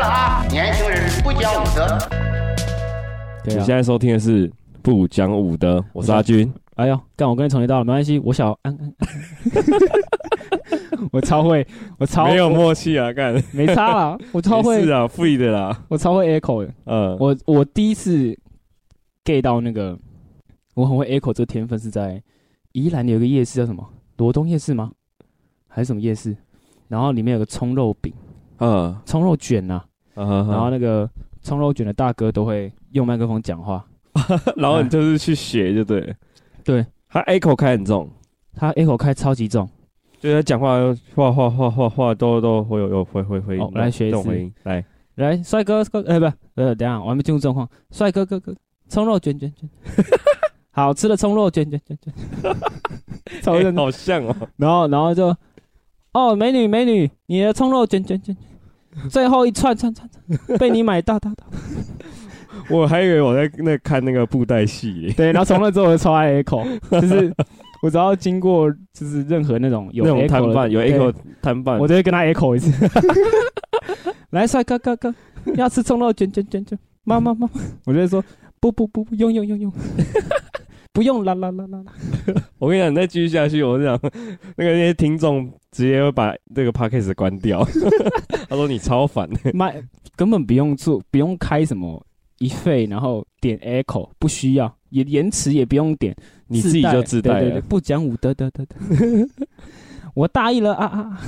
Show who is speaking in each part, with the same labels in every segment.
Speaker 1: 啊年轻人不讲武德。
Speaker 2: 对
Speaker 3: 你
Speaker 2: 啊
Speaker 3: 现，在收听的是不讲武德，我是阿军。
Speaker 2: 哎呦，干，我跟你重叠到了，没关系，我小安安， 我超会，我超
Speaker 3: 没有默契啊，干
Speaker 2: 没差 啦，我超
Speaker 3: 没事
Speaker 2: 会，
Speaker 3: 啊，free 的啦。
Speaker 2: 我超会 echo 的，
Speaker 3: 嗯，
Speaker 2: 我我第一次 get 到那个，我很会 echo 这个天分是在宜兰有一个夜市叫什么罗东夜市吗？还是什么夜市？然后里面有个葱肉饼、
Speaker 3: 嗯，
Speaker 2: 葱肉卷呐、
Speaker 3: 然
Speaker 2: 然后那个葱肉卷的大哥都会用麦克风讲话，
Speaker 3: 然后你就是去学就对了。
Speaker 2: 对，
Speaker 3: 他 echo 开很重，
Speaker 2: 他 echo 开超级重，
Speaker 3: 就是他讲话话话话话话都都会有有回回回
Speaker 2: 哦来学一
Speaker 3: 这
Speaker 2: 次
Speaker 3: 种回音来。
Speaker 2: 来，帅哥哥，呃，不，呃，等一下，我还没进入状况。帅哥哥哥，葱肉卷卷 卷，好吃的葱肉卷卷卷卷，超认
Speaker 3: 哎
Speaker 2: 真。
Speaker 3: 好像哦，
Speaker 2: 然后，然后就，哦，美女美女，你的葱肉卷卷卷，卷最后一串串串串，被你买到到到。
Speaker 3: 我还以为我在那看那个布袋戏，
Speaker 2: 对，然后从那之后我就超爱 echo，就是 我只要经过就是任何那种有
Speaker 3: 那种
Speaker 2: echo
Speaker 3: 摊
Speaker 2: 的
Speaker 3: 贩有
Speaker 2: 对
Speaker 3: echo 摊贩
Speaker 2: 我，就会跟他 echo 一次。 来，帅哥哥哥，要吃葱肉卷卷卷卷，妈妈妈，我就会说不不不不用用用用， 不用啦啦啦啦啦。
Speaker 3: 我跟你讲，你再继续下去，我讲 那个那些听众直接会把这个 podcast 关掉。 他说你超烦，
Speaker 2: 妈，根本不用做，不用开什么一费，然后点 echo，不需要，也延迟也不用点，
Speaker 3: 你自己就自带
Speaker 2: 对对对，
Speaker 3: 了。
Speaker 2: 不讲武德德德 德，我大意了啊啊 啊！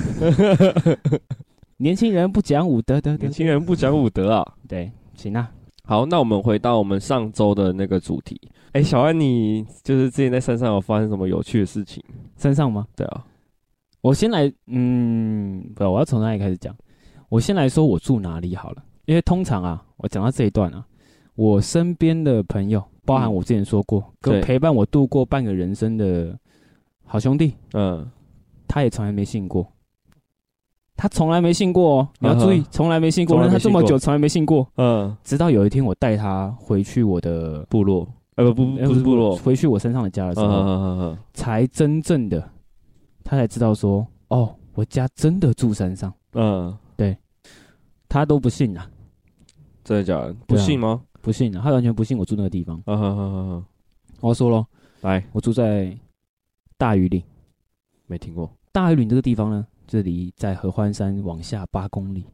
Speaker 2: 年轻人不讲武德德德
Speaker 3: 年，轻人不讲武德啊。
Speaker 2: 对，行啊，
Speaker 3: 好，那我们回到我们上周的那个主题。哎、小安，你就是之前在山上有发生什么有趣的事情？
Speaker 2: 身上吗？
Speaker 3: 对啊，
Speaker 2: 我先来，嗯，不，我要从哪里开始讲？我先来说我住哪里好了，因为通常啊，我讲到这一段啊，我身边的朋友，包含我之前说过，跟
Speaker 3: 对
Speaker 2: 陪伴我度过半个人生的好兄弟，
Speaker 3: 嗯，
Speaker 2: 他也从来没信过，他从来没信过哦，你要
Speaker 3: 嗯哼
Speaker 2: 注意，从来没信过，
Speaker 3: 从来
Speaker 2: 认
Speaker 3: 没
Speaker 2: 识他这么
Speaker 3: 信过
Speaker 2: 久从来没信过，
Speaker 3: 嗯，
Speaker 2: 直到有一天我带他回去我的，
Speaker 3: 部落，呃，不不
Speaker 2: 呃
Speaker 3: 不是部落，
Speaker 2: 回去我身上的家的时
Speaker 3: 嗯
Speaker 2: 候，
Speaker 3: 嗯嗯
Speaker 2: 才真正的他才知道说，哦，我家真的住山上。
Speaker 3: 嗯，
Speaker 2: 他都不信啊，
Speaker 3: 真的假的？不信吗？
Speaker 2: 不信啊，他完全不信我住那个地方。
Speaker 3: 啊嗯嗯嗯嗯，
Speaker 2: 我说咯，
Speaker 3: 来，
Speaker 2: 我住在大余岭，
Speaker 3: 没听过。
Speaker 2: 大余岭这个地方呢，这里在合欢山往下八公里，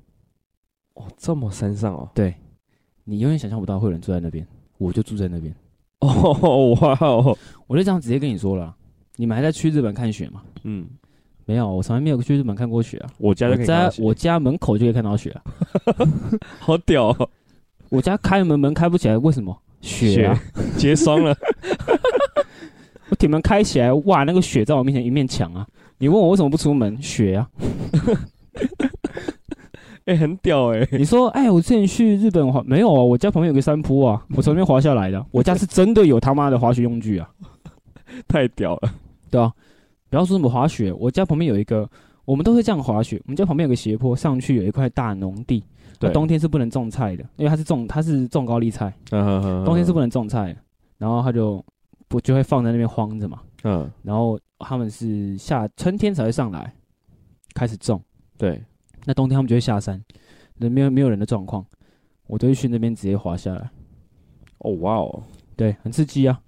Speaker 3: 哦，这么山上哦。
Speaker 2: 你永远想象不到会有人住在那边，我就住在那边，
Speaker 3: 哦哇哦，
Speaker 2: 我就这样直接跟你说了啊、你们还在去日本看雪吗？
Speaker 3: 嗯，
Speaker 2: 没有，我从来没有去日本看过雪啊。
Speaker 3: 我家就
Speaker 2: 我
Speaker 3: 可以看
Speaker 2: 在
Speaker 3: 到雪
Speaker 2: 我家门口就可以看到雪啊，
Speaker 3: 好屌、哦，
Speaker 2: 我家开门门开不起来，为什么？雪 啊！
Speaker 3: 结霜了。
Speaker 2: 我铁门开起来，哇，那个雪在我面前一面墙啊！你问我为什么不出门？雪啊！
Speaker 3: 哎、很屌哎、
Speaker 2: 你说，哎，我之前去日本滑，没有啊，我家旁边有个山坡
Speaker 3: 嗯
Speaker 2: 啊，我从那边滑下来的。我家是真的有他妈的滑雪用具啊，
Speaker 3: 太屌了。
Speaker 2: 对啊，不要说什么滑雪，我家旁边有一个，我们都会这样滑雪。我们家旁边有个斜坡，上去有一块大农地，
Speaker 3: 对
Speaker 2: 那冬天是不能种菜的，因为它是种它是种高丽菜，
Speaker 3: 嗯
Speaker 2: 冬天是不能种菜的。然后它就不就会放在那边荒着嘛，
Speaker 3: 嗯，
Speaker 2: 然后他们是夏春天才会上来开始种。
Speaker 3: 对，
Speaker 2: 那冬天他们就会下山，那没有没有人的状况，我都会去那边直接滑下来，
Speaker 3: 哦哇哦，
Speaker 2: 对，很刺激啊，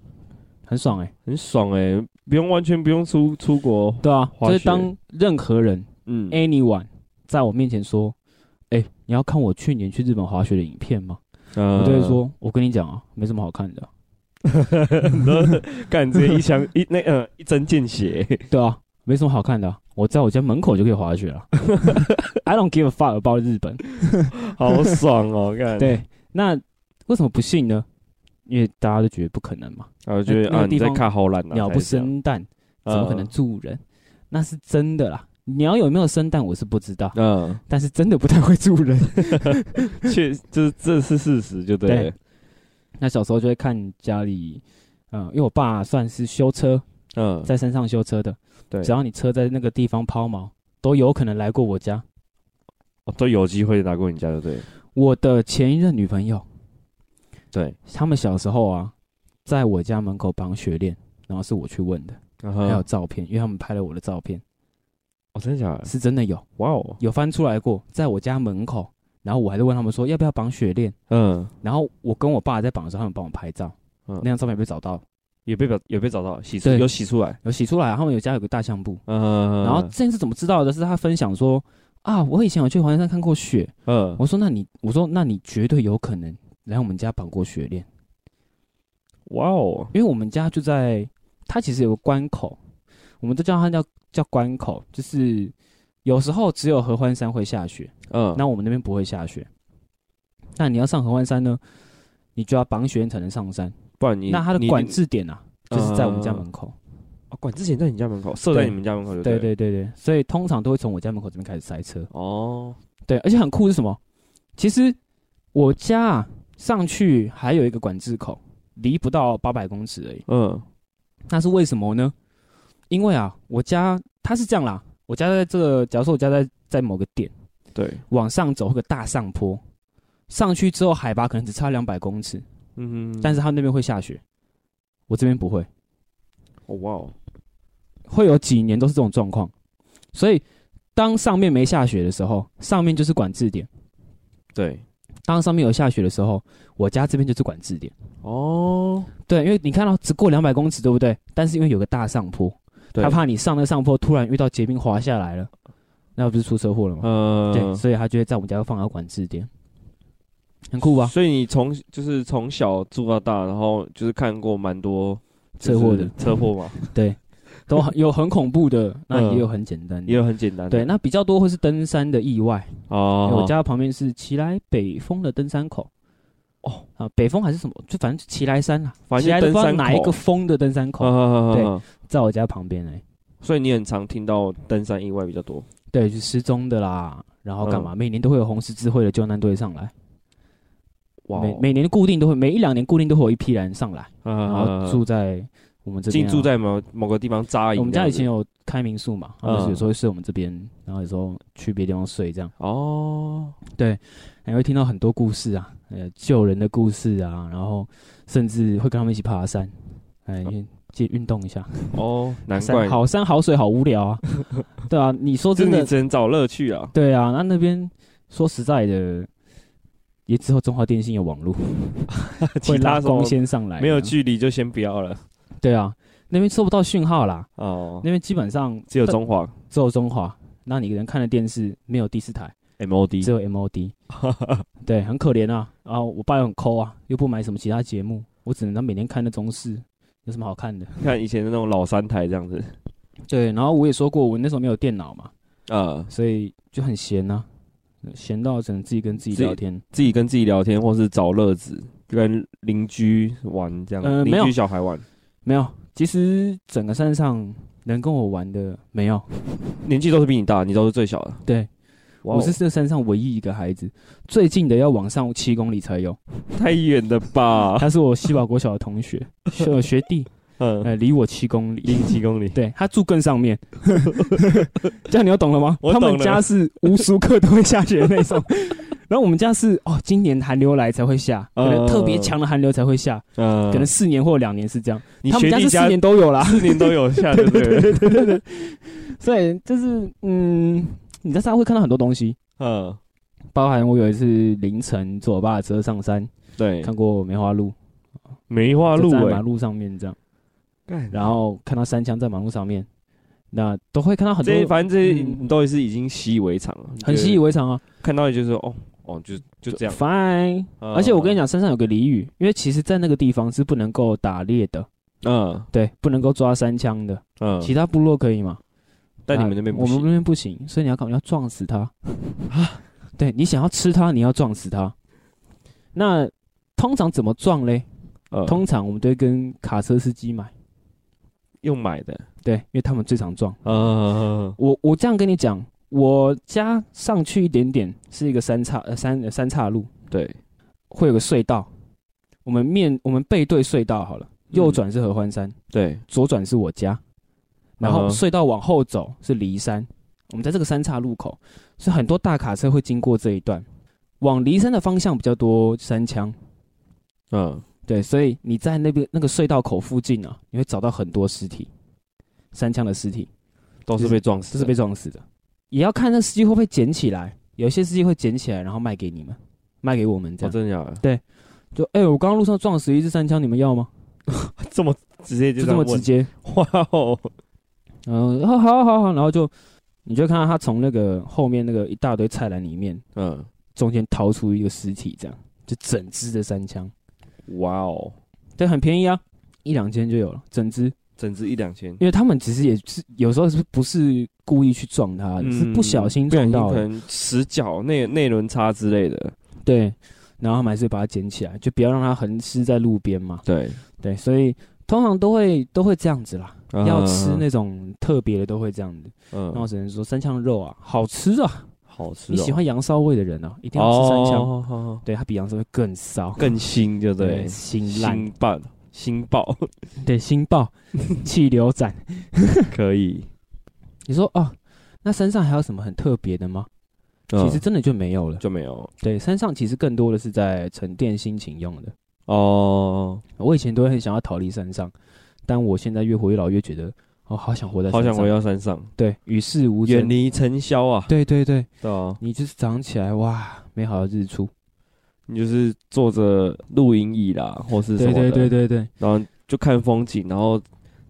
Speaker 2: 很爽哎、
Speaker 3: 很爽哎、不用完全不用出出国。
Speaker 2: 对啊，
Speaker 3: 滑
Speaker 2: 就
Speaker 3: 雪
Speaker 2: 是当任何人
Speaker 3: 欸嗯，
Speaker 2: anyone 在我面前说，哎、你要看我去年去日本滑雪的影片吗？
Speaker 3: 嗯
Speaker 2: 我就会，说，我跟你讲啊，没什么好看的啊、
Speaker 3: 干直接一枪 一那嗯、一针 见血。
Speaker 2: 对啊，没什么好看的啊、我在我家门口就可以滑雪了 ，I don't give a fuck about 日本，
Speaker 3: 嗯好爽哦，干。，
Speaker 2: 对，那为什么不信呢？因为大家都觉得不可能嘛，
Speaker 3: 然后觉得
Speaker 2: 那那
Speaker 3: 啊
Speaker 2: 个地
Speaker 3: 你在
Speaker 2: 方
Speaker 3: 看好懒啊，
Speaker 2: 鸟不
Speaker 3: 才这样，
Speaker 2: 生蛋。怎么可能
Speaker 3: 嗯？
Speaker 2: 住人？那是真的啦。鸟有没有生蛋我是不知道，
Speaker 3: 嗯，
Speaker 2: 但是真的不太会住人。
Speaker 3: 确这这是事实，就对了。
Speaker 2: 那小时候就会看家里，嗯，因为我爸算是修车，
Speaker 3: 嗯，
Speaker 2: 在山上修车的，
Speaker 3: 对
Speaker 2: 只要你车在那个地方抛锚，都有可能来过我家。
Speaker 3: 哦都有机会拿过你家，就对了。
Speaker 2: 我的前一任女朋友，
Speaker 3: 对，
Speaker 2: 他们小时候啊，在我家门口绑雪链，然后是我去问的，
Speaker 3: 然
Speaker 2: 还有
Speaker 3: 后
Speaker 2: 照片，因为他们拍了我的照片，
Speaker 3: 哦，真的假的？
Speaker 2: 是真的有
Speaker 3: 哇哦，
Speaker 2: 有翻出来过，在我家门口，然后我还是问他们说要不要绑雪链，
Speaker 3: 嗯，
Speaker 2: 然后我跟我爸在绑的时候，他们帮我拍照，
Speaker 3: 嗯
Speaker 2: 那张照片被找到，
Speaker 3: 也被表有被找到，洗出
Speaker 2: 对
Speaker 3: 有洗出来，
Speaker 2: 有洗出来，他们有家有个大相簿，
Speaker 3: 嗯，
Speaker 2: 然后这件事怎么知道的？是他分享说啊，我以前有去黄山看过雪。
Speaker 3: 嗯，
Speaker 2: 我说那你，我说那你绝对有可能来我们家绑过雪链，
Speaker 3: 哇哦，
Speaker 2: 因为我们家就在，它其实有个关口，我们都叫它叫叫关口，就是有时候只有合欢山会下雪，
Speaker 3: 嗯，
Speaker 2: 那我们那边不会下雪。那你要上合欢山呢，你就要绑雪链才能上山。
Speaker 3: 不然你
Speaker 2: 那它的
Speaker 3: 你
Speaker 2: 管
Speaker 3: 你
Speaker 2: 制点啊，就是在我们家门口。
Speaker 3: 哦管制前在你家门口，设在
Speaker 2: 对
Speaker 3: 你们家门口
Speaker 2: 对
Speaker 3: 就嗯对
Speaker 2: 对
Speaker 3: 了
Speaker 2: 对对，所以通常都会从我家门口这边开始塞车。
Speaker 3: 哦，
Speaker 2: 对，而且很酷是什么？其实我家啊上去还有一个管制口，离不到八百公尺而已。
Speaker 3: 嗯
Speaker 2: 那是为什么呢？因为啊，我家它是这样啦，我家在这个，假如说我家在在某个点
Speaker 3: 对，
Speaker 2: 往上走，会有个大上坡，上去之后海拔可能只差两百公尺，
Speaker 3: 嗯哼，
Speaker 2: 但是它那边会下雪，我这边不会，
Speaker 3: 哦哇哦，
Speaker 2: 会有几年都是这种状况，所以。当上面没下雪的时候，上面就是管制点；
Speaker 3: 对，
Speaker 2: 当上面有下雪的时候，我家这边就是管制点。
Speaker 3: 哦，
Speaker 2: 对，因为你看到只过两百公尺，对不对？但是因为有个大上坡，
Speaker 3: 对
Speaker 2: 他怕你上那上坡突然遇到结冰滑下来了，那不是出车祸了吗？
Speaker 3: 嗯，
Speaker 2: 对，所以他就会在我们家放个管制点，很酷吧？
Speaker 3: 所以你从就是从小住到大，然后就是看过蛮多就
Speaker 2: 车
Speaker 3: 是
Speaker 2: 祸的
Speaker 3: 车祸 嘛，
Speaker 2: 都很有很恐怖的，那
Speaker 3: 嗯
Speaker 2: 也有很简单的。
Speaker 3: 也有很简单的。
Speaker 2: 对，那比较多会是登山的意外。因为
Speaker 3: 哦，
Speaker 2: 我家旁边是奇来北峰的登山口。哦啊，北峰还是什么？就反正就奇来山啦、
Speaker 3: 反正就
Speaker 2: 奇来都不知道
Speaker 3: 登山
Speaker 2: 哪
Speaker 3: 口
Speaker 2: 一个峰的登山口，
Speaker 3: 嗯，对，嗯
Speaker 2: 在我家旁边哎、
Speaker 3: 所以你很常听到登山意外比较多。
Speaker 2: 对，就失踪的啦，然后
Speaker 3: 嗯
Speaker 2: 干嘛？每年都会有红十字会的救难队上来，
Speaker 3: 哇哦，
Speaker 2: 每每年固定都会，每一两年固定都会有一批人上来，然后
Speaker 3: 啊，
Speaker 2: 住在我们这边、
Speaker 3: 进
Speaker 2: 啊。
Speaker 3: 住在某某个地方扎营。
Speaker 2: 我们家以前
Speaker 3: 有
Speaker 2: 有开民宿嘛，然后有时
Speaker 3: 嗯
Speaker 2: 候会睡我们这边，然后有时候去别地方睡，这样
Speaker 3: 哦，
Speaker 2: 你会听到很多故事啊，呃，救人的故事啊，然后甚至会跟他们一起爬山，哎，因为去运动一下。
Speaker 3: 哦，啊难怪
Speaker 2: 山，好山好水好无聊 啊，对啊，你说真
Speaker 3: 就是
Speaker 2: 的
Speaker 3: 你，只能找乐趣啊。
Speaker 2: 对啊，那那边说实在的，也只有中华电信有网络，
Speaker 3: 其
Speaker 2: 会
Speaker 3: 他
Speaker 2: 拉
Speaker 3: 什么
Speaker 2: 光纤上来，
Speaker 3: 没有。距离就先不要了。
Speaker 2: 对啊，那边收不到讯号啦，
Speaker 3: 哦，
Speaker 2: 那边基本上
Speaker 3: 只有中华
Speaker 2: 只有中华，那你一个人看的电视没有第四台，只
Speaker 3: MOD。
Speaker 2: 有 MOD。对，很可怜啊。然后我爸又很抠啊，又不买什么其他节目，我只能他每天看那中视，有什么好看的？
Speaker 3: 看以前的那种老三台这样子。
Speaker 2: 对，然后我也说过，我那时候没有电脑嘛，
Speaker 3: 啊，
Speaker 2: 所以就很闲呐、闲到只能自己跟自己
Speaker 3: 自己
Speaker 2: 聊天。
Speaker 3: 自己跟自己聊天，或是找乐子，跟邻居玩这样，
Speaker 2: 呃
Speaker 3: 邻、
Speaker 2: 没有
Speaker 3: 居小孩玩，
Speaker 2: 没有，其实整个山上能跟我玩的没有，
Speaker 3: 年纪都是比你大，你都是最小的。
Speaker 2: 对
Speaker 3: 哇哦，
Speaker 2: 我是这山上唯一一个孩子，最近的要往上七公里才有。
Speaker 3: 太远了吧？
Speaker 2: 他是我西宝国小的同学， 学学弟，
Speaker 3: 嗯，
Speaker 2: 呃，离我七公里。
Speaker 3: 零七公里，
Speaker 2: 对他住更 上面，这样你要懂了吗？
Speaker 3: 我
Speaker 2: 他
Speaker 3: 懂了
Speaker 2: 们家是无时无刻都会下雪的那 种，然后我们家是哦，今年寒流来才会下，可能
Speaker 3: 嗯
Speaker 2: 特别强的寒流才会下，
Speaker 3: 嗯，
Speaker 2: 可能四年或两年是这样。
Speaker 3: 你
Speaker 2: 他
Speaker 3: 学
Speaker 2: 们家
Speaker 3: 弟
Speaker 2: 是四年都有啦，
Speaker 3: 四年都有下，对不 对？
Speaker 2: 所以就是嗯，你在山上会看到很多东西，
Speaker 3: 嗯，
Speaker 2: 包含我有一次凌晨坐我爸的车上山，
Speaker 3: 对，
Speaker 2: 看过梅花鹿，
Speaker 3: 梅花
Speaker 2: 就
Speaker 3: 鹿
Speaker 2: 站在马
Speaker 3: 哎，
Speaker 2: 路上面这样，
Speaker 3: 干
Speaker 2: 然后看到山枪在马路上面，那都会看到很
Speaker 3: 这些
Speaker 2: 多，
Speaker 3: 反正这些
Speaker 2: 嗯
Speaker 3: 你都是已经习以为常了，
Speaker 2: 很习以
Speaker 3: 为
Speaker 2: 为常啊，
Speaker 3: 看到你就是哦哦，就就这样。
Speaker 2: fine。而
Speaker 3: 嗯
Speaker 2: 且我跟你讲，山上有个俚语，因为其实，在那个地方是不能够打猎的，
Speaker 3: 讲，嗯
Speaker 2: 对，不能够抓山枪的。
Speaker 3: 嗯，
Speaker 2: 其他部落可以嘛？
Speaker 3: 但你们那边不
Speaker 2: 我们
Speaker 3: 行
Speaker 2: 那边不行，所以你要考虑要撞死 它对你想要吃它，你要撞死它。那通常怎么撞嘞？
Speaker 3: 嗯
Speaker 2: 通常我们都会跟卡车司机买，
Speaker 3: 用买的，
Speaker 2: 对，因为他们最常撞。
Speaker 3: 嗯
Speaker 2: 我我这样跟你讲，我家上去一点点是一个三岔呃三呃三岔路，
Speaker 3: 对，
Speaker 2: 会有个隧道，我们面我们背对隧道好了，右
Speaker 3: 嗯
Speaker 2: 转是合欢山，
Speaker 3: 对，
Speaker 2: 左转是我家，然后
Speaker 3: 嗯哼
Speaker 2: 隧道往后走是离山，我们在这个三岔路口，所以很多大卡车会经过这一段，往离山的方向比较多山枪，
Speaker 3: 嗯，
Speaker 2: 对，所以你在那边那个隧道口附近啊，你会找到很多尸体，山枪的尸体
Speaker 3: 都是被撞死
Speaker 2: 这
Speaker 3: 的，哦
Speaker 2: 是被撞死的，也要看那司机会不会捡起来，有些司机会捡起来，然后卖给你们，卖给我们这
Speaker 3: 哦，
Speaker 2: 样。
Speaker 3: 真的假的？
Speaker 2: 就哎、我刚刚路上撞死一只三枪，你们要吗？
Speaker 3: 这么直接
Speaker 2: 就
Speaker 3: 就
Speaker 2: 这么直
Speaker 3: 问，
Speaker 2: 接。
Speaker 3: 哇哦，
Speaker 2: 然后嗯好好好好，然后就你就看到他从那个后面那个一大堆菜篮里面，
Speaker 3: 嗯，
Speaker 2: 中间掏出一个尸体，这样就整只的三枪，
Speaker 3: 哇哦，
Speaker 2: 对，很便宜啊，一两千就有了，整只。
Speaker 3: 整只一两千，
Speaker 2: 因为他们其实也是有时候是不是故意去撞他的，是嗯不小心
Speaker 3: 嗯不小
Speaker 2: 撞
Speaker 3: 心
Speaker 2: 到
Speaker 3: 可
Speaker 2: 的。
Speaker 3: 能死角内内轮差之类的，
Speaker 2: 对，然后他们还是把它捡起来，就不要让它横尸在路边嘛。
Speaker 3: 对，
Speaker 2: 对，所以通常都会都会这样子啦。要吃那种特别的都会这样子。
Speaker 3: 嗯，
Speaker 2: 那
Speaker 3: 嗯，
Speaker 2: 我只能说三枪肉啊，好吃啊！
Speaker 3: 好吃哦，
Speaker 2: 你喜欢羊骚味的人啊，一定要吃三枪。
Speaker 3: 哦好好好
Speaker 2: 对，它比羊骚味更骚，
Speaker 3: 更新就对，
Speaker 2: 辛辣，
Speaker 3: 新爆新爆
Speaker 2: 对，新爆，气流斩。
Speaker 3: 可以，
Speaker 2: 你说哦，那山上还有什么很特别的吗？其实
Speaker 3: 嗯
Speaker 2: 真的就没有了。
Speaker 3: 就没有
Speaker 2: 对，山上其实更多的是在沉淀心情用的。
Speaker 3: 哦，
Speaker 2: 我以前都会很想要逃离山上，但我现在越活越老，越觉得哦，好想活在
Speaker 3: 好
Speaker 2: 山上，
Speaker 3: 想回到山上，
Speaker 2: 对与世无
Speaker 3: 远
Speaker 2: 争。
Speaker 3: 离尘嚣啊，
Speaker 2: 对对对，
Speaker 3: 对啊，
Speaker 2: 你就是早上起来哇，美好的日出。
Speaker 3: 你就是坐着露营椅啦，或是什
Speaker 2: 对
Speaker 3: 么的，
Speaker 2: 对对对对，
Speaker 3: 然后就看风景，然后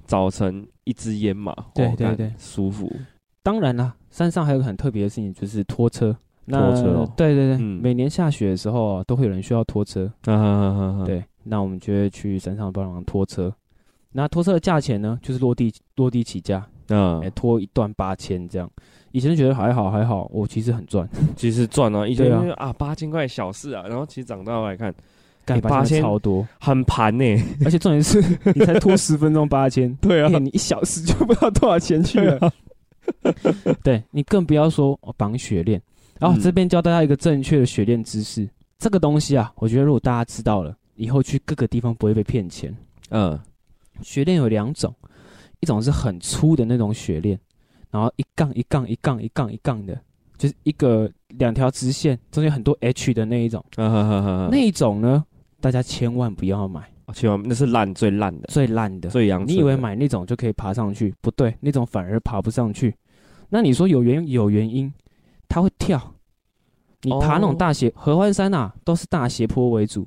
Speaker 3: 早晨一支烟嘛，
Speaker 2: 对
Speaker 3: 哦
Speaker 2: 对
Speaker 3: 干
Speaker 2: 对
Speaker 3: 舒服，
Speaker 2: 当然啦，山上还有个很特别的事情，就是拖车。那
Speaker 3: 拖车哦
Speaker 2: 对对对，
Speaker 3: 嗯
Speaker 2: 每年下雪的时候、啊、都会有人需要拖车。
Speaker 3: 啊哈哈哈，
Speaker 2: 对，那我们就会去山上帮忙拖车。那拖车的价钱呢，就是落地落地起价，
Speaker 3: 嗯
Speaker 2: 哎、，拖一段八千这样。以前觉得还好还好，我其实很赚，
Speaker 3: 其实赚啊，以前
Speaker 2: 对啊
Speaker 3: 就是啊八千块小事啊，然后其实长大来看
Speaker 2: 干
Speaker 3: 哎八千
Speaker 2: 哎超多，
Speaker 3: 很盘 呢，
Speaker 2: 而且重点是你才拖十分钟八 千，
Speaker 3: 对啊
Speaker 2: 哎，你一小时就不知道多少钱去了。对你更不要说哦绑雪链。然后、
Speaker 3: 嗯
Speaker 2: 这边教大家一个正确的雪链知识，这个东西啊，我觉得如果大家知道了，以后去各个地方不会被骗钱。
Speaker 3: 嗯，
Speaker 2: 雪链有两种，一种是很粗的那种雪链，然后一杠一杠一杠一杠一杠的，就是一个两条直线，中间很多 H 的那一种。
Speaker 3: 啊哈哈哈，哦
Speaker 2: 那一种呢，大家千万不要买，
Speaker 3: 那千万那是烂最烂的，
Speaker 2: 最烂的。
Speaker 3: 最阳
Speaker 2: 你
Speaker 3: 春的，
Speaker 2: 以为买那种就可以爬上去？不对，那种反而爬不上去。那你说有原有原因，它会跳。你爬那
Speaker 3: 哦
Speaker 2: 种大斜、合欢山啊，都是大斜坡为主，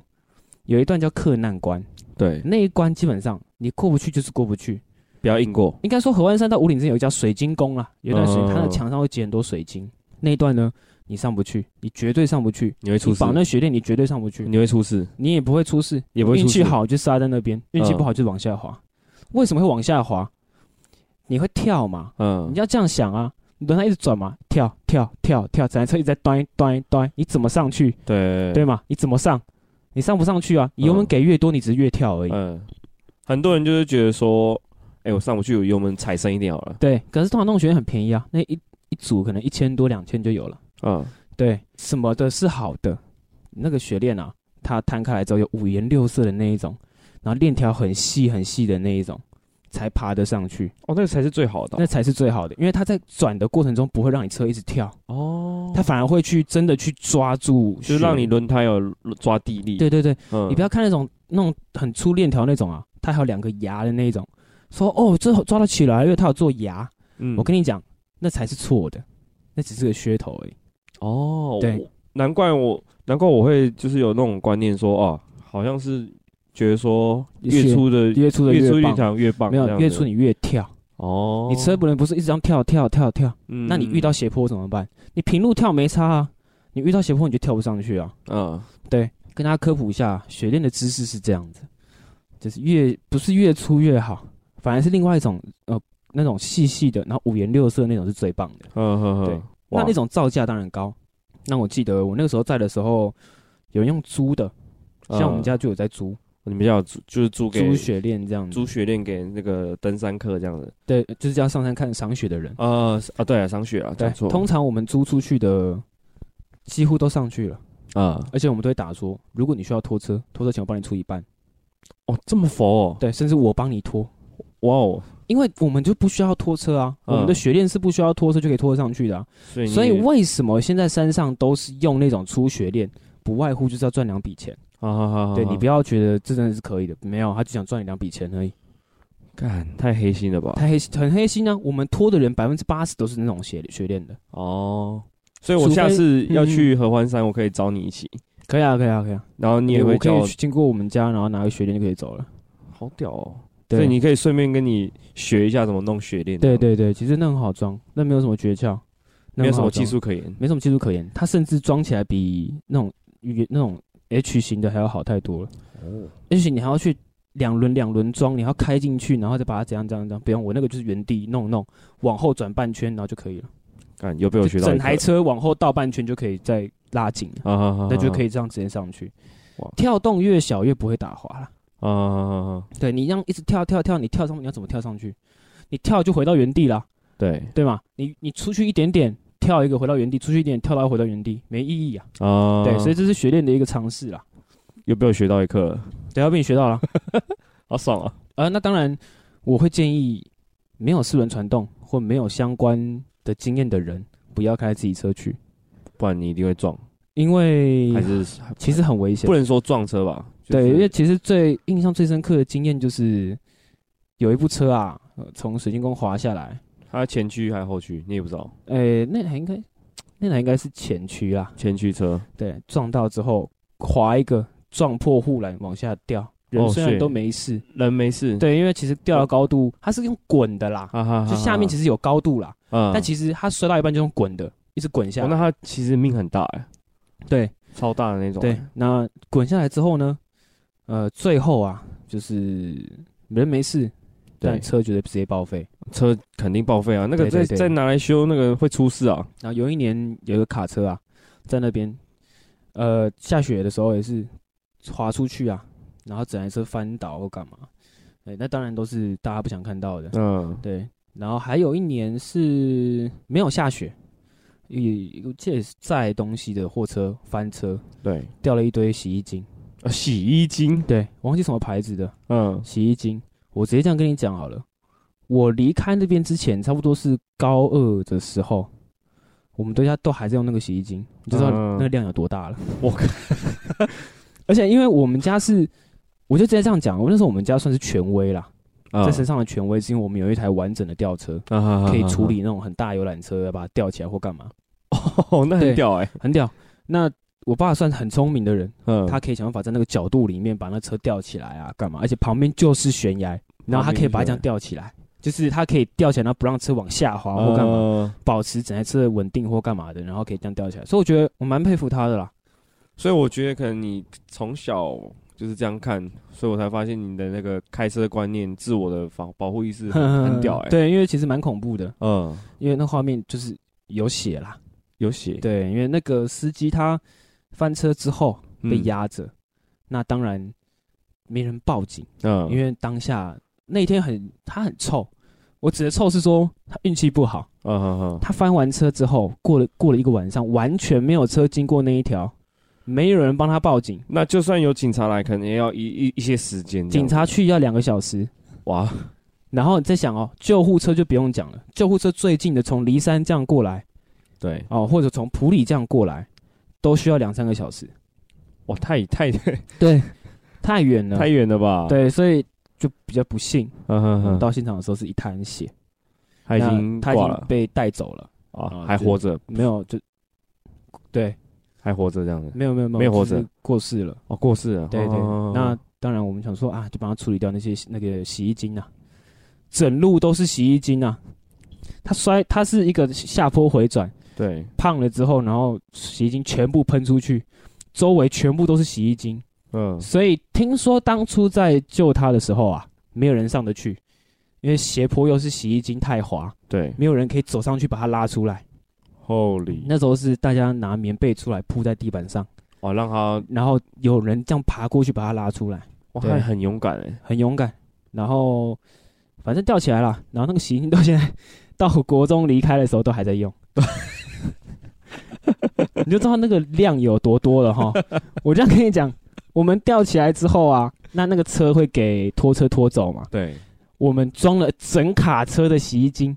Speaker 2: 有一段叫克难关，
Speaker 3: 对，
Speaker 2: 那一关基本上你过不去就是过不去。
Speaker 3: 不要硬过，
Speaker 2: 应该说合欢山到五岭之前有一家水晶宫啦，有一段水晶，
Speaker 3: 嗯
Speaker 2: 它的墙上会结很多水晶，那一段呢你上不去，你绝对上不去。
Speaker 3: 你会
Speaker 2: 你
Speaker 3: 出事嗯
Speaker 2: 绑，那雪链，你绝对上不去，
Speaker 3: 你会出事，
Speaker 2: 你也不会出事，
Speaker 3: 也不会出
Speaker 2: 运气
Speaker 3: 事嗯
Speaker 2: 好就刹在那边，运气不好就往下滑。为什么会往下滑？你会跳嘛？
Speaker 3: 嗯
Speaker 2: 你，要这样想啊，你轮胎一直转嘛，跳跳跳跳，整台车一直在端端端，你怎么上去？
Speaker 3: 对
Speaker 2: 对吗？你怎么上？你上不上去啊？你油门
Speaker 3: 嗯
Speaker 2: 给越多，你只是越跳而已。
Speaker 3: 嗯，很多人就是觉得说，哎、我上不去，我油门踩深一点好了。
Speaker 2: 对，可是通常那种学院很便宜啊，那一一组可能一千多两千就有了。
Speaker 3: 嗯，
Speaker 2: 对，什么的是好的，那个雪链啊，它摊开来之后有五颜六色的那一种，然后链条很细很细的那一种，才爬得上去。
Speaker 3: 哦，那个才是最好的
Speaker 2: 那才是最好的，因为它在转的过程中不会让你车一直跳，
Speaker 3: 哦
Speaker 2: 它反而会去真的去抓住
Speaker 3: 就
Speaker 2: 雪，
Speaker 3: 是让你轮胎有抓地力。，
Speaker 2: 对对对，
Speaker 3: 嗯
Speaker 2: 你不要看那种那种很粗链条那种啊，它还有两个牙的那一种，说哦这抓得起来，因为它有做牙。
Speaker 3: 嗯
Speaker 2: 我跟你讲，那才是错的，那只是个噱头而已。
Speaker 3: 哦，
Speaker 2: 对
Speaker 3: 我，难怪我，难怪我会就是有那种观念说，哦、好像是觉得说
Speaker 2: 是
Speaker 3: 越粗的
Speaker 2: 越粗的
Speaker 3: 越粗
Speaker 2: 棒，
Speaker 3: 长越棒，
Speaker 2: 没
Speaker 3: 这
Speaker 2: 有
Speaker 3: 样子
Speaker 2: 越粗你越跳，
Speaker 3: 哦，
Speaker 2: 你车不能不是一直这样跳跳跳跳，
Speaker 3: 嗯，
Speaker 2: 那你遇到斜坡怎么办？你平路跳没差啊，你遇到斜坡你就跳不上去啊。
Speaker 3: 嗯
Speaker 2: 对，跟大家科普一下，雪链的姿势是这样子，就是越不是越粗越好，反而是另外一种呃那种细细的，然后五颜六色那种是最棒的。
Speaker 3: 嗯嗯
Speaker 2: 对
Speaker 3: 嗯，
Speaker 2: 那
Speaker 3: 哇
Speaker 2: 那种造价当然高。那我记得我那个时候在的时候，有人用租的，像我们
Speaker 3: 嗯
Speaker 2: 家就有在租、
Speaker 3: 你们家有租就是租给
Speaker 2: 租雪链这样子，
Speaker 3: 租雪链给那个登山客这样子。
Speaker 2: 对，就是要上山看赏雪的人。
Speaker 3: 啊啊，对啊，赏雪啊，
Speaker 2: 对
Speaker 3: 讲，错，
Speaker 2: 通常我们租出去的几乎都上去了，
Speaker 3: 啊，
Speaker 2: 而且我们都会打说，如果你需要拖车，拖车钱我帮你出一半，
Speaker 3: 哦，这么佛哦，
Speaker 2: 对，甚至我帮你拖，
Speaker 3: 哇哦，
Speaker 2: 因为我们就不需要拖车啊，
Speaker 3: 嗯
Speaker 2: 我们的雪链是不需要拖车就可以拖得上去的、啊，
Speaker 3: 所以
Speaker 2: 所以
Speaker 3: 我
Speaker 2: 为什么现在山上都是用那种粗雪链？不外乎就是要赚两笔钱，
Speaker 3: 好好好，
Speaker 2: 对你不
Speaker 3: 要
Speaker 2: 要觉得这真的是可以的，没有，他就想赚你两笔钱而已，
Speaker 3: 干，太黑心了吧？
Speaker 2: 啊太黑很黑心啊！我们拖的人百分之八十都是那种雪雪链的，
Speaker 3: 哦，所以我下次
Speaker 2: 嗯
Speaker 3: 要去合欢山，我可以找你一起，
Speaker 2: 可以啊，可以啊，可以啊。
Speaker 3: 然后你也
Speaker 2: 我
Speaker 3: 会
Speaker 2: 可
Speaker 3: 教
Speaker 2: 以
Speaker 3: 我
Speaker 2: 去，经过我们家，然后拿个雪链就可以走了。
Speaker 3: 好屌哦！
Speaker 2: 对
Speaker 3: 所以你可以顺便跟你学一下怎么弄雪链，啊
Speaker 2: 对，对对，其实那很好装，那没有什么诀窍，那
Speaker 3: 没
Speaker 2: 很
Speaker 3: 有什
Speaker 2: 好
Speaker 3: 么
Speaker 2: 装
Speaker 3: 技，术可言。
Speaker 2: 没什么技术可言。它甚至装起来比那种圆那种 H 型的还要好太多了。
Speaker 3: 哦，
Speaker 2: H 型你还要去两轮两轮装，你还要开进去，然后再把它怎样怎样怎样。不用，我那个就是原地弄弄，往后转半圈，然后就可以了。
Speaker 3: 看又被我
Speaker 2: 就
Speaker 3: 学到一
Speaker 2: 整
Speaker 3: 课
Speaker 2: 台车往后倒半圈就可以再拉紧了，
Speaker 3: 啊哈哈，
Speaker 2: 那就可
Speaker 3: 以
Speaker 2: 以这样直接上去
Speaker 3: 哇。
Speaker 2: 跳动越小越不会打滑了。
Speaker 3: 啊哈哈哈，
Speaker 2: 对你这样一直跳跳跳，你跳上你要怎么跳上去？你跳就回到原地啦，
Speaker 3: 对
Speaker 2: 对吗？你你出去一点点跳一个回到原地，出去一点跳到回到原地，没意义啊。
Speaker 3: 啊，
Speaker 2: 对，所以这是学练的一个尝试啦。
Speaker 3: 又被我学到一课了，
Speaker 2: 对，要被你学到 了。
Speaker 3: 好爽啊！
Speaker 2: 呃，那当然，我会建议没有四轮传动或没有相关的经验的人，不要开自己车去，
Speaker 3: 不然你一定会撞，
Speaker 2: 因为
Speaker 3: 还是
Speaker 2: 其实很危险
Speaker 3: 不。能说撞车吧？就是
Speaker 2: 对，因为其实最印象最深刻的经验就是有一部车啊，呃从水晶宫滑下来，
Speaker 3: 它前驱还是后驱，你也不知道，
Speaker 2: 诶，那台应该那台应该是前驱啦，
Speaker 3: 前驱车
Speaker 2: 对，撞到之后滑一个撞破护栏往下掉，人
Speaker 3: 哦
Speaker 2: 虽然
Speaker 3: 是
Speaker 2: 都没事，
Speaker 3: 人没事，，
Speaker 2: 对，因为其实掉到高度，它是用滚的啦，
Speaker 3: 哈哈哈哈，
Speaker 2: 就下面其
Speaker 3: 实，
Speaker 2: 实有高度啦，
Speaker 3: 但
Speaker 2: 但其啊实它摔到一半就用滚的，一直滚下
Speaker 3: 啊哦，那
Speaker 2: 来，
Speaker 3: 它其实命很大哎，
Speaker 2: 对
Speaker 3: 超大的那种，
Speaker 2: 对，那滚下来之后呢，呃，最后啊，就是人没事，但
Speaker 3: 对，
Speaker 2: 车绝对直接报废。
Speaker 3: 车肯定报废啊，那个
Speaker 2: 对
Speaker 3: 再
Speaker 2: 对对
Speaker 3: 再拿来修，那个会出事啊。
Speaker 2: 然后有一年有一个卡车啊，在那边，呃，下雪的时候也是滑出去啊，然后整台车翻倒或干嘛，对，那当然都是大家不想看到的，
Speaker 3: 嗯，
Speaker 2: 对。然后还有一年是没有下雪，也我记得是载东西的货车翻车，
Speaker 3: 对，
Speaker 2: 掉了一堆洗衣精，
Speaker 3: 呃洗衣精，
Speaker 2: 对，我忘记什么牌子的
Speaker 3: 嗯，
Speaker 2: 洗衣精，我直接这样跟你讲好了。我离开那边之前，差不多是高二的时候，我们对家都还在用那个洗衣精，你就知道
Speaker 3: 嗯
Speaker 2: 那个量有多大了。
Speaker 3: 我靠，
Speaker 2: 而且因为我们家是，我就直接这样讲，我那时候我们家算是权威啦，
Speaker 3: 嗯啊
Speaker 2: 在身上的权威是因为我们有一台完整的吊车，
Speaker 3: 可
Speaker 2: 可以
Speaker 3: 嗯
Speaker 2: 处理那种很大游览车，要把它吊起来或干嘛，
Speaker 3: 哦， 那
Speaker 2: 对
Speaker 3: 很屌哎，
Speaker 2: 很屌。那我爸算很聪明的人，
Speaker 3: 嗯，
Speaker 2: 他可以想办法在那个角度里面把那车吊起来啊，干嘛？而且旁边就是悬崖，然后他可以把它这样吊起来，就是他可以吊起来，然后不让车往下滑或干嘛，
Speaker 3: 嘛？
Speaker 2: 保持整台车的稳定或干嘛的，然后可以这样吊起来。所以我觉得我蛮佩服他的啦。
Speaker 3: 所以我觉得可能你从小就是这样看，所以我才发现你的那个开车观念、自我的防保护意识 很很屌哎。，
Speaker 2: 对，因为其实蛮恐怖的，
Speaker 3: 嗯，
Speaker 2: 因为那画面就是有血啦。
Speaker 3: 有血，
Speaker 2: 对，因为那个司机他翻车之后
Speaker 3: 嗯
Speaker 2: 被，压着，那当然没人报警。
Speaker 3: 嗯，
Speaker 2: 因为当下那天很他很臭，我指的臭是说他运气不好，
Speaker 3: 嗯嗯嗯，
Speaker 2: 他翻完车之后过了过了一个晚上，完全没有车经过那一条，没有人帮他报警，
Speaker 3: 那就算有警察来，可能也要一一一些时间这样
Speaker 2: 警
Speaker 3: 子。
Speaker 2: 察去要两个小时，
Speaker 3: 哇，
Speaker 2: 然后你再想哦，救护车就不用讲了，救护车最近的从骊山这样过来
Speaker 3: 对，
Speaker 2: 哦，或者从普里这样过来，都需要两三个小时，
Speaker 3: 哇，太太
Speaker 2: 对，太远了
Speaker 3: 太，远了吧？，
Speaker 2: 对，所以就比较不幸，
Speaker 3: 嗯嗯嗯，
Speaker 2: 到现场的时候是一滩血，
Speaker 3: 他已经
Speaker 2: 那他已
Speaker 3: 挂
Speaker 2: 经
Speaker 3: 了
Speaker 2: 被带走了。
Speaker 3: 啊，
Speaker 2: 啊
Speaker 3: 还
Speaker 2: 对
Speaker 3: 活着，
Speaker 2: 没有，就对，
Speaker 3: 还活着这样子。
Speaker 2: 没有没有没有，
Speaker 3: 没有活着，
Speaker 2: 过世了。
Speaker 3: 哦，过世了。
Speaker 2: 对对，
Speaker 3: 哦
Speaker 2: 那当然我们想说啊，就帮他处理掉那些那个洗衣精啊，整路都是洗衣精啊。他摔，他是一个下坡回转，
Speaker 3: 对，
Speaker 2: 胖了之后，然后洗衣精全部喷出去，周围全部都是洗衣精，
Speaker 3: 嗯，
Speaker 2: 所以听说当初在救他的时候啊，没有人上得去，因为斜坡又是洗衣精太滑，
Speaker 3: 对
Speaker 2: 没有人可以走上去把他拉出来。
Speaker 3: ，Holy，
Speaker 2: 那时候是大家拿棉被出来铺在地板上。
Speaker 3: 哦，让他，
Speaker 2: 然后有人这样爬过去把他拉出来，
Speaker 3: 哇，
Speaker 2: 对
Speaker 3: 他很勇敢哎，
Speaker 2: 很勇敢。然后反正吊起来了，然后那个洗衣精到现在到国中离开的时候都还在用， 你就知道那个量有多多了哈。我这样跟你讲，我们吊起来之后啊，那那个车会给拖车拖走嘛，
Speaker 3: 对，
Speaker 2: 我们装了整卡车的洗衣 精。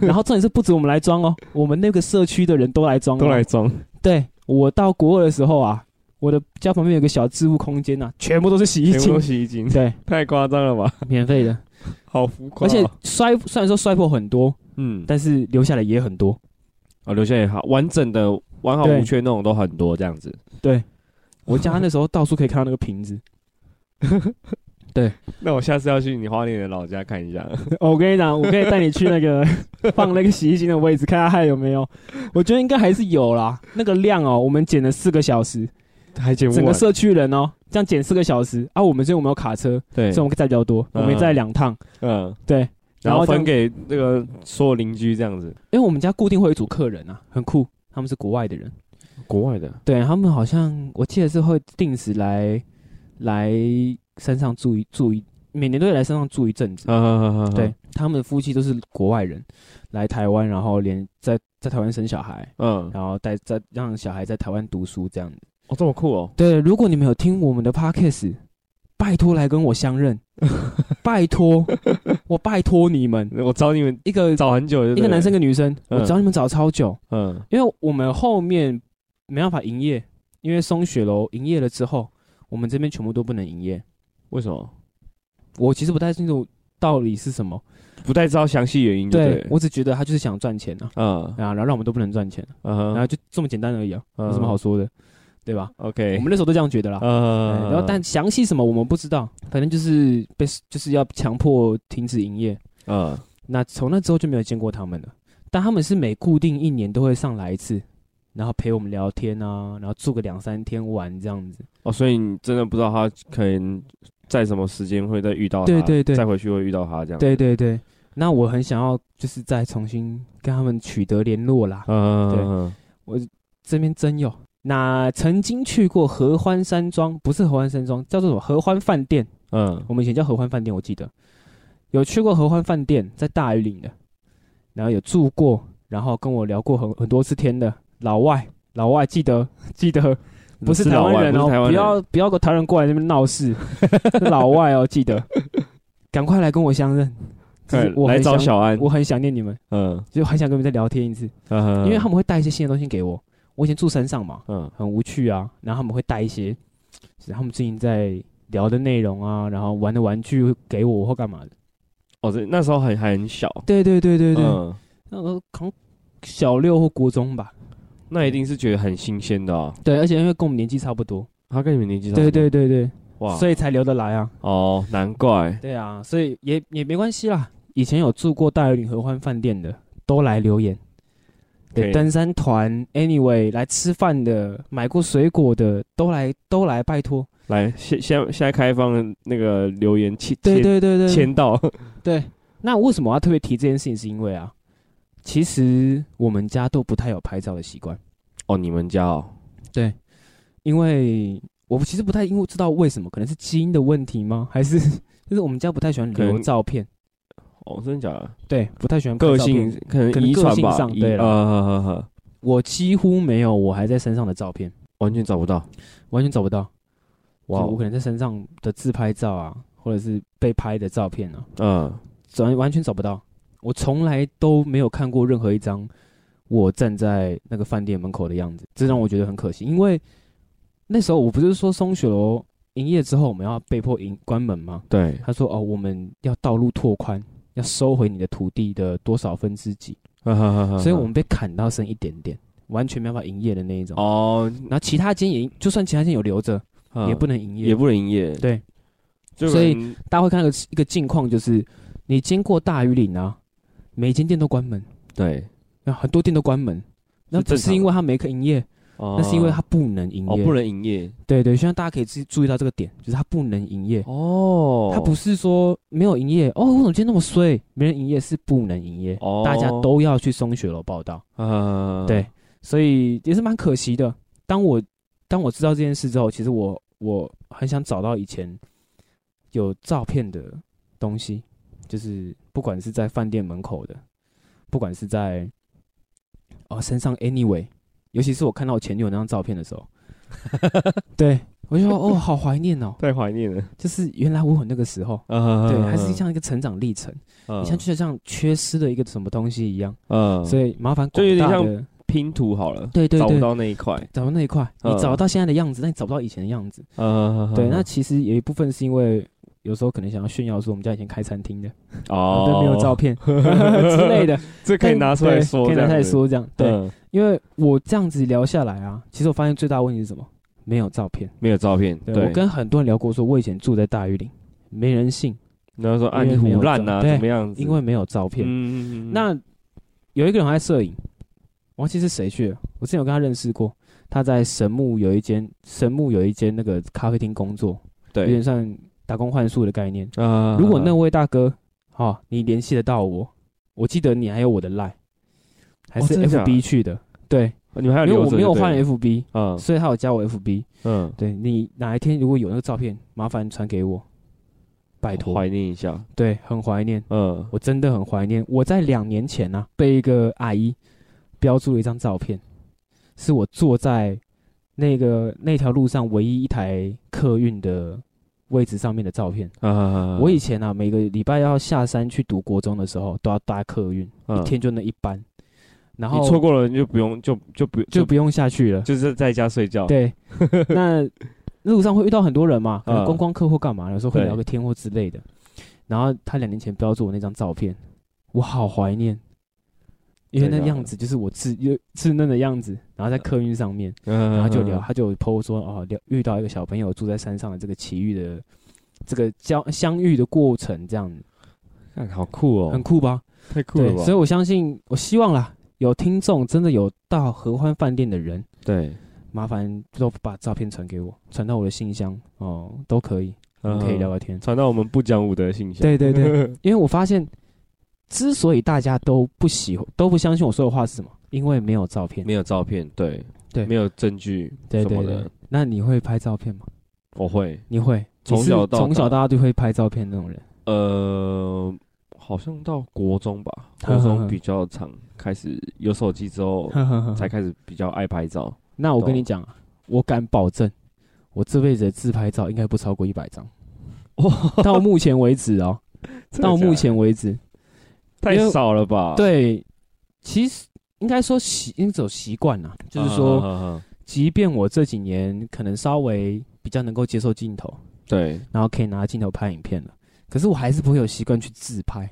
Speaker 2: 然后重点是不止我们来装哦，我们那个社区的人都来装、哦，
Speaker 3: 都来装，
Speaker 2: 对我到国二的时候啊，我的家旁边有个小置物空间啊，全部都是洗衣
Speaker 3: 全部
Speaker 2: 精
Speaker 3: 都，洗衣 精，
Speaker 2: 对，
Speaker 3: 太夸张了吧，
Speaker 2: 免费的，
Speaker 3: 好浮夸
Speaker 2: 而
Speaker 3: 哦，
Speaker 2: 且摔虽然说摔破很多，
Speaker 3: 嗯，
Speaker 2: 但是留下来也很多。
Speaker 3: 哦，留下也好，完整的、完好
Speaker 2: 对
Speaker 3: 无缺那种都很多这样子。
Speaker 2: 我家那时候到处可以看到那个瓶子。
Speaker 3: 那我下次要去你花莲的老家看一下。
Speaker 2: 哦我跟你讲，我可以带你去那 个放那个洗衣机的位置，看看还有没有。我觉得应该还是有啦。那个量哦，我们减了四个小时，
Speaker 3: 还节
Speaker 2: 整个社区人哦，这样减四个小时啊。我们所以我们有卡车，
Speaker 3: 对
Speaker 2: 所以，我们可以载比较多，我们载两趟。
Speaker 3: 嗯，
Speaker 2: 对，
Speaker 3: 然
Speaker 2: 然
Speaker 3: 后
Speaker 2: 后这
Speaker 3: 分
Speaker 2: 样
Speaker 3: 给那个所有邻居这样子。
Speaker 2: 因为我们家固定会有一组客人啊，很酷，他们是国外的人，
Speaker 3: 国外的，
Speaker 2: 对他们好像我记得是会定时来来山上住一住一，每年都会来山上住一阵子。
Speaker 3: 啊，
Speaker 2: 对，，他们夫妻都是国外人，来台湾，然后连在在台湾生小孩，
Speaker 3: 嗯，
Speaker 2: 然后带在让小孩在台湾读书这样子。
Speaker 3: 哦，这么酷哦，
Speaker 2: 对，如果你们有听我们的 podcast，拜托来跟我相认， 拜托，我拜托你们，
Speaker 3: 我找你们
Speaker 2: 一个
Speaker 3: 找很久，
Speaker 2: 一个男生，跟女生，
Speaker 3: 嗯
Speaker 2: 我找你们找超久，
Speaker 3: 嗯，
Speaker 2: 因为我们后面没办法营业，因为松雪楼营业了之后，我们这边全部都不能营业。
Speaker 3: 为什么
Speaker 2: 我其实不太清楚道理是什么，
Speaker 3: 不太知道详细原因？
Speaker 2: 嗯对
Speaker 3: 对，
Speaker 2: 我只觉得他就是想赚钱啊，
Speaker 3: 嗯
Speaker 2: 啊，然后让我们都不能赚钱，
Speaker 3: 嗯
Speaker 2: 然后就这么简单而已啊，
Speaker 3: 嗯哎
Speaker 2: 有什么好说的，对吧？
Speaker 3: ，OK，
Speaker 2: 我们那时候都这样觉得啦，
Speaker 3: 呃
Speaker 2: 哎然后但详细什么我们不知道，反正就是被就是要强迫停止营业。
Speaker 3: 嗯
Speaker 2: 那从那之后就没有见过他们了，但他们是每固定一年都会上来一次，然后陪我们聊天啊，然后住个两三天玩这样子。
Speaker 3: 哦，所以你真的不知道他可能在什么时间会再遇到他，
Speaker 2: 对对对
Speaker 3: 再回去会遇到他这样。，
Speaker 2: 对对对，那我很想要就是再重新跟他们取得联络啦，
Speaker 3: 嗯，
Speaker 2: 对
Speaker 3: 嗯
Speaker 2: 这边真有。那曾经去过合欢山庄，不是合欢山庄，叫做什么合欢饭店，
Speaker 3: 嗯
Speaker 2: 我们以前叫合欢饭店，我记得有去过合欢饭店，在大余岭的，然后有住过，然后跟我聊过很很多次天的老外，老外记得 记得，
Speaker 3: 嗯，
Speaker 2: 不是台湾人哦，
Speaker 3: 老外不是台湾人，
Speaker 2: 要不要个台湾人过来这边闹 事，是老外哦，记得，赶快来跟我相认，就
Speaker 3: 快
Speaker 2: 是我
Speaker 3: 哎来
Speaker 2: 很
Speaker 3: 找
Speaker 2: 想，
Speaker 3: 小安，
Speaker 2: 我很想念你们，
Speaker 3: 嗯，啊
Speaker 2: 就很想跟你们再聊天一次，
Speaker 3: 因
Speaker 2: 因为他们会带一些新的东西给我，我以前住山上嘛，
Speaker 3: 嗯
Speaker 2: 很无趣啊，然后他们会带一些，就是他们最近在聊的内容啊，然后玩的玩具会给我或干嘛的。
Speaker 3: 哦，这那时候还还很小，
Speaker 2: 对对对对对，
Speaker 3: 嗯，
Speaker 2: 那个呃可能小六或国中吧。
Speaker 3: 那一定是觉得很新鲜的啊。
Speaker 2: 对，而且因为跟我们年纪差不多，
Speaker 3: 他跟你们年纪差不
Speaker 2: 对
Speaker 3: 多，
Speaker 2: 对对对，
Speaker 3: 哇，
Speaker 2: 所以才聊得来啊。
Speaker 3: 哦，难怪，
Speaker 2: 对啊，所以也也没关系啦。以前有住过大有岭合欢饭店的，都来留言。
Speaker 3: 可
Speaker 2: 对，
Speaker 3: 以
Speaker 2: 登山团，anyway，来吃饭的，买过水果的，都来都来，拜托。
Speaker 3: 来现现在现在开放那个留言签
Speaker 2: 对对对对，
Speaker 3: 签签到，
Speaker 2: 对，那为什么我要特别提这件事情？是因为啊，其实我们家都不太有拍照的习惯，
Speaker 3: 哦，你们家哦，
Speaker 2: 因为我其实不太因为知道为什么，可能是基因的问题吗？还是 就是我们家不太喜欢
Speaker 3: 可
Speaker 2: 留
Speaker 3: 能
Speaker 2: 照片？
Speaker 3: 哦，真的假的？
Speaker 2: 对，不太喜欢拍
Speaker 3: 个
Speaker 2: 照片
Speaker 3: 性可能
Speaker 2: 可能
Speaker 3: 遗
Speaker 2: 个
Speaker 3: 传
Speaker 2: 性
Speaker 3: 吧，
Speaker 2: 上
Speaker 3: 遗
Speaker 2: 对啦
Speaker 3: 呃呵呵呵
Speaker 2: 我几乎没有我还在身上的照片，
Speaker 3: 完全找不到，
Speaker 2: 完全找不到。
Speaker 3: 哇
Speaker 2: 哇，我可能在身上的自拍照啊，或者是被拍的照片啊，
Speaker 3: 嗯，
Speaker 2: 完完全找不到。我从来都没有看过任何一张我站在那个饭店门口的样子，这让我觉得很可惜。因为那时候我不是说松雪楼营业之后我们要被迫营关门吗？
Speaker 3: 对，
Speaker 2: 他说哦，我们要道路拓宽，要收回你的土地的多少分之几，
Speaker 3: 呵呵呵呵
Speaker 2: 所以我们被砍到剩一点点，完全没办法营业的那一种。
Speaker 3: 哦
Speaker 2: 然后其他间也就算其他间有留着，
Speaker 3: 嗯
Speaker 2: 也不能营业，
Speaker 3: 也不能营业，
Speaker 2: 对，
Speaker 3: 就
Speaker 2: 所以
Speaker 3: 可能
Speaker 2: 大家会看到一个一个境况，就是你经过大余岭啊，每间店都关门，
Speaker 3: 对，
Speaker 2: 那很多店都关门。那不
Speaker 3: 是正常的
Speaker 2: 是因为他没营业，
Speaker 3: 那
Speaker 2: 那是因为他不能营
Speaker 3: 哦
Speaker 2: 业。
Speaker 3: 不能营业
Speaker 2: 对对，希望大家可以注注意到这个点，就是他不能营业。
Speaker 3: 哦，
Speaker 2: 他不是说没有营业哦，为什么今天那么衰？没人营业是不能营业，
Speaker 3: 哦
Speaker 2: 大家都要去松雪楼报道。
Speaker 3: 呃
Speaker 2: 对，所以也是蛮可惜的。当我当我知道这件事之后，其实我我很想找到以前有照片的东西，就是不管是在饭店门口的，不管是在哦身上，anyway，尤其是我看到我前女友那张照片的 时候，对我就说哦，好怀念哦，
Speaker 3: 太怀念了，
Speaker 2: 就是原来我有那个时候。
Speaker 3: 呃
Speaker 2: 对，还是像一个成长历程，
Speaker 3: 嗯
Speaker 2: 你像就像缺失了一个什么东西一样，
Speaker 3: 嗯，
Speaker 2: 所以麻烦
Speaker 3: 就有点
Speaker 2: 广大
Speaker 3: 像
Speaker 2: 的
Speaker 3: 拼图好了，
Speaker 2: 对对
Speaker 3: 找
Speaker 2: 对
Speaker 3: 不到那一块，
Speaker 2: 找到那一块，你
Speaker 3: 嗯
Speaker 2: 找到现在的样子，但你找不到以前的样子。
Speaker 3: 呃
Speaker 2: 对，那其实有一部分是因为有时候可能想要炫耀说我们家以前开餐厅的，啊
Speaker 3: 哦，
Speaker 2: 但没有照， 片之类的，
Speaker 3: 这 可以拿出来
Speaker 2: 对
Speaker 3: 说，
Speaker 2: 可以拿出来说这样。
Speaker 3: 这
Speaker 2: 对，
Speaker 3: 样子，嗯
Speaker 2: 因为我这样子聊下来啊，其实我发现最大的问题是什么？没有照片。
Speaker 3: 没有照片，
Speaker 2: 对
Speaker 3: 对
Speaker 2: 我，跟很多人聊过说我以前住在大榆林，没人信，
Speaker 3: 然后说啊
Speaker 2: 因为
Speaker 3: 你
Speaker 2: 没有
Speaker 3: 胡烂啊，
Speaker 2: 照对
Speaker 3: 怎么样子？
Speaker 2: 因为没有照片。
Speaker 3: 嗯，嗯嗯嗯
Speaker 2: 那有一个人还在摄影，我忘记是谁去了。我之前有跟他认识过，他在神木有一间神木有一间那个咖啡厅工作，有
Speaker 3: 对
Speaker 2: 点像打工换宿的概念。
Speaker 3: 啊
Speaker 2: 如果那位大哥，哦，你联系得到我，我记得你还有我的 line，还是
Speaker 3: 哦真的假的
Speaker 2: FB 去的，对，
Speaker 3: 你们还有
Speaker 2: 因为
Speaker 3: 留
Speaker 2: 我
Speaker 3: 着
Speaker 2: 没有
Speaker 3: 就对
Speaker 2: 换
Speaker 3: 了
Speaker 2: FB，
Speaker 3: 嗯
Speaker 2: 所以他有加我 FB。
Speaker 3: 嗯，
Speaker 2: 对你哪一天如果有那个照片，麻烦传给我，拜托。
Speaker 3: 怀念一下，
Speaker 2: 对，很怀念，
Speaker 3: 嗯，
Speaker 2: 我真的很怀念。我在两年前呢、啊，被一个阿姨标注了一张照片，是我坐在那个那条路上唯一一台客运的位置上面的照片。
Speaker 3: 啊，
Speaker 2: 我以前啊，每个礼拜要下山去读国中的时候，都要搭客运，
Speaker 3: 嗯
Speaker 2: 一天就那一班，然
Speaker 3: 你
Speaker 2: 后
Speaker 3: 错过了你就不用就就不
Speaker 2: 就不用下去了。
Speaker 3: 就是在家睡觉，
Speaker 2: 对，那路上会遇到很多人嘛，可能
Speaker 3: 嗯
Speaker 2: 观光客或干嘛，有时候会
Speaker 3: 对
Speaker 2: 聊个天或之类的。然后他两年前标注我那张照片，我好怀念，因为
Speaker 3: 真
Speaker 2: 那
Speaker 3: 的假的
Speaker 2: 样子就是我稚幼稚嫩的样子，然后在客运上面，
Speaker 3: 嗯，
Speaker 2: 然
Speaker 3: 然
Speaker 2: 后就聊，他就 PO 说哦，聊遇到一个小朋友住在山上的这个奇遇的这个交相遇的过程，这样
Speaker 3: 看好酷哦，
Speaker 2: 很酷吧？
Speaker 3: 太酷
Speaker 2: 对
Speaker 3: 了，吧？
Speaker 2: 所以我相信，我希望啦，有听众真的有到合欢饭店的人，
Speaker 3: 对，
Speaker 2: 麻烦都把照片传给我，传到我的信箱哦，都可以，我们可以聊
Speaker 3: 嗯
Speaker 2: 聊天。
Speaker 3: 传到我们不讲武德的信箱，
Speaker 2: 对对对， 因为我发现，之所以大家都不喜欢、都不相信我说的话是什么，因为没有照片。
Speaker 3: 没有照片，对
Speaker 2: 对
Speaker 3: 没有证据
Speaker 2: 对
Speaker 3: 什
Speaker 2: 对
Speaker 3: 么
Speaker 2: 对
Speaker 3: 的，，
Speaker 2: 那你会拍照片吗？
Speaker 3: 我会，
Speaker 2: 你会，
Speaker 3: 从
Speaker 2: 你是
Speaker 3: 小到
Speaker 2: 从小
Speaker 3: 大
Speaker 2: 到大就会拍照片那种人。
Speaker 3: 呃，好像到国中吧，
Speaker 2: 呵呵
Speaker 3: 国
Speaker 2: 呵
Speaker 3: 中比较常开始有手机之
Speaker 2: 嗯
Speaker 3: 后， 才开始比较爱拍照，
Speaker 2: 那我跟你
Speaker 3: 懂
Speaker 2: 讲啊，我敢保证，我这辈子的自拍照应该不超过一百张。到目前为止哦，到目前为止，
Speaker 3: 太
Speaker 2: 因为
Speaker 3: 少了吧？
Speaker 2: 对，其实应该说习，应该走习惯啦。就是说，
Speaker 3: 啊，
Speaker 2: 即便我这几年可能稍微比较能够接受镜头，
Speaker 3: 对，
Speaker 2: 然后可以拿镜头拍影片了，可是我还是不会有习惯去自拍。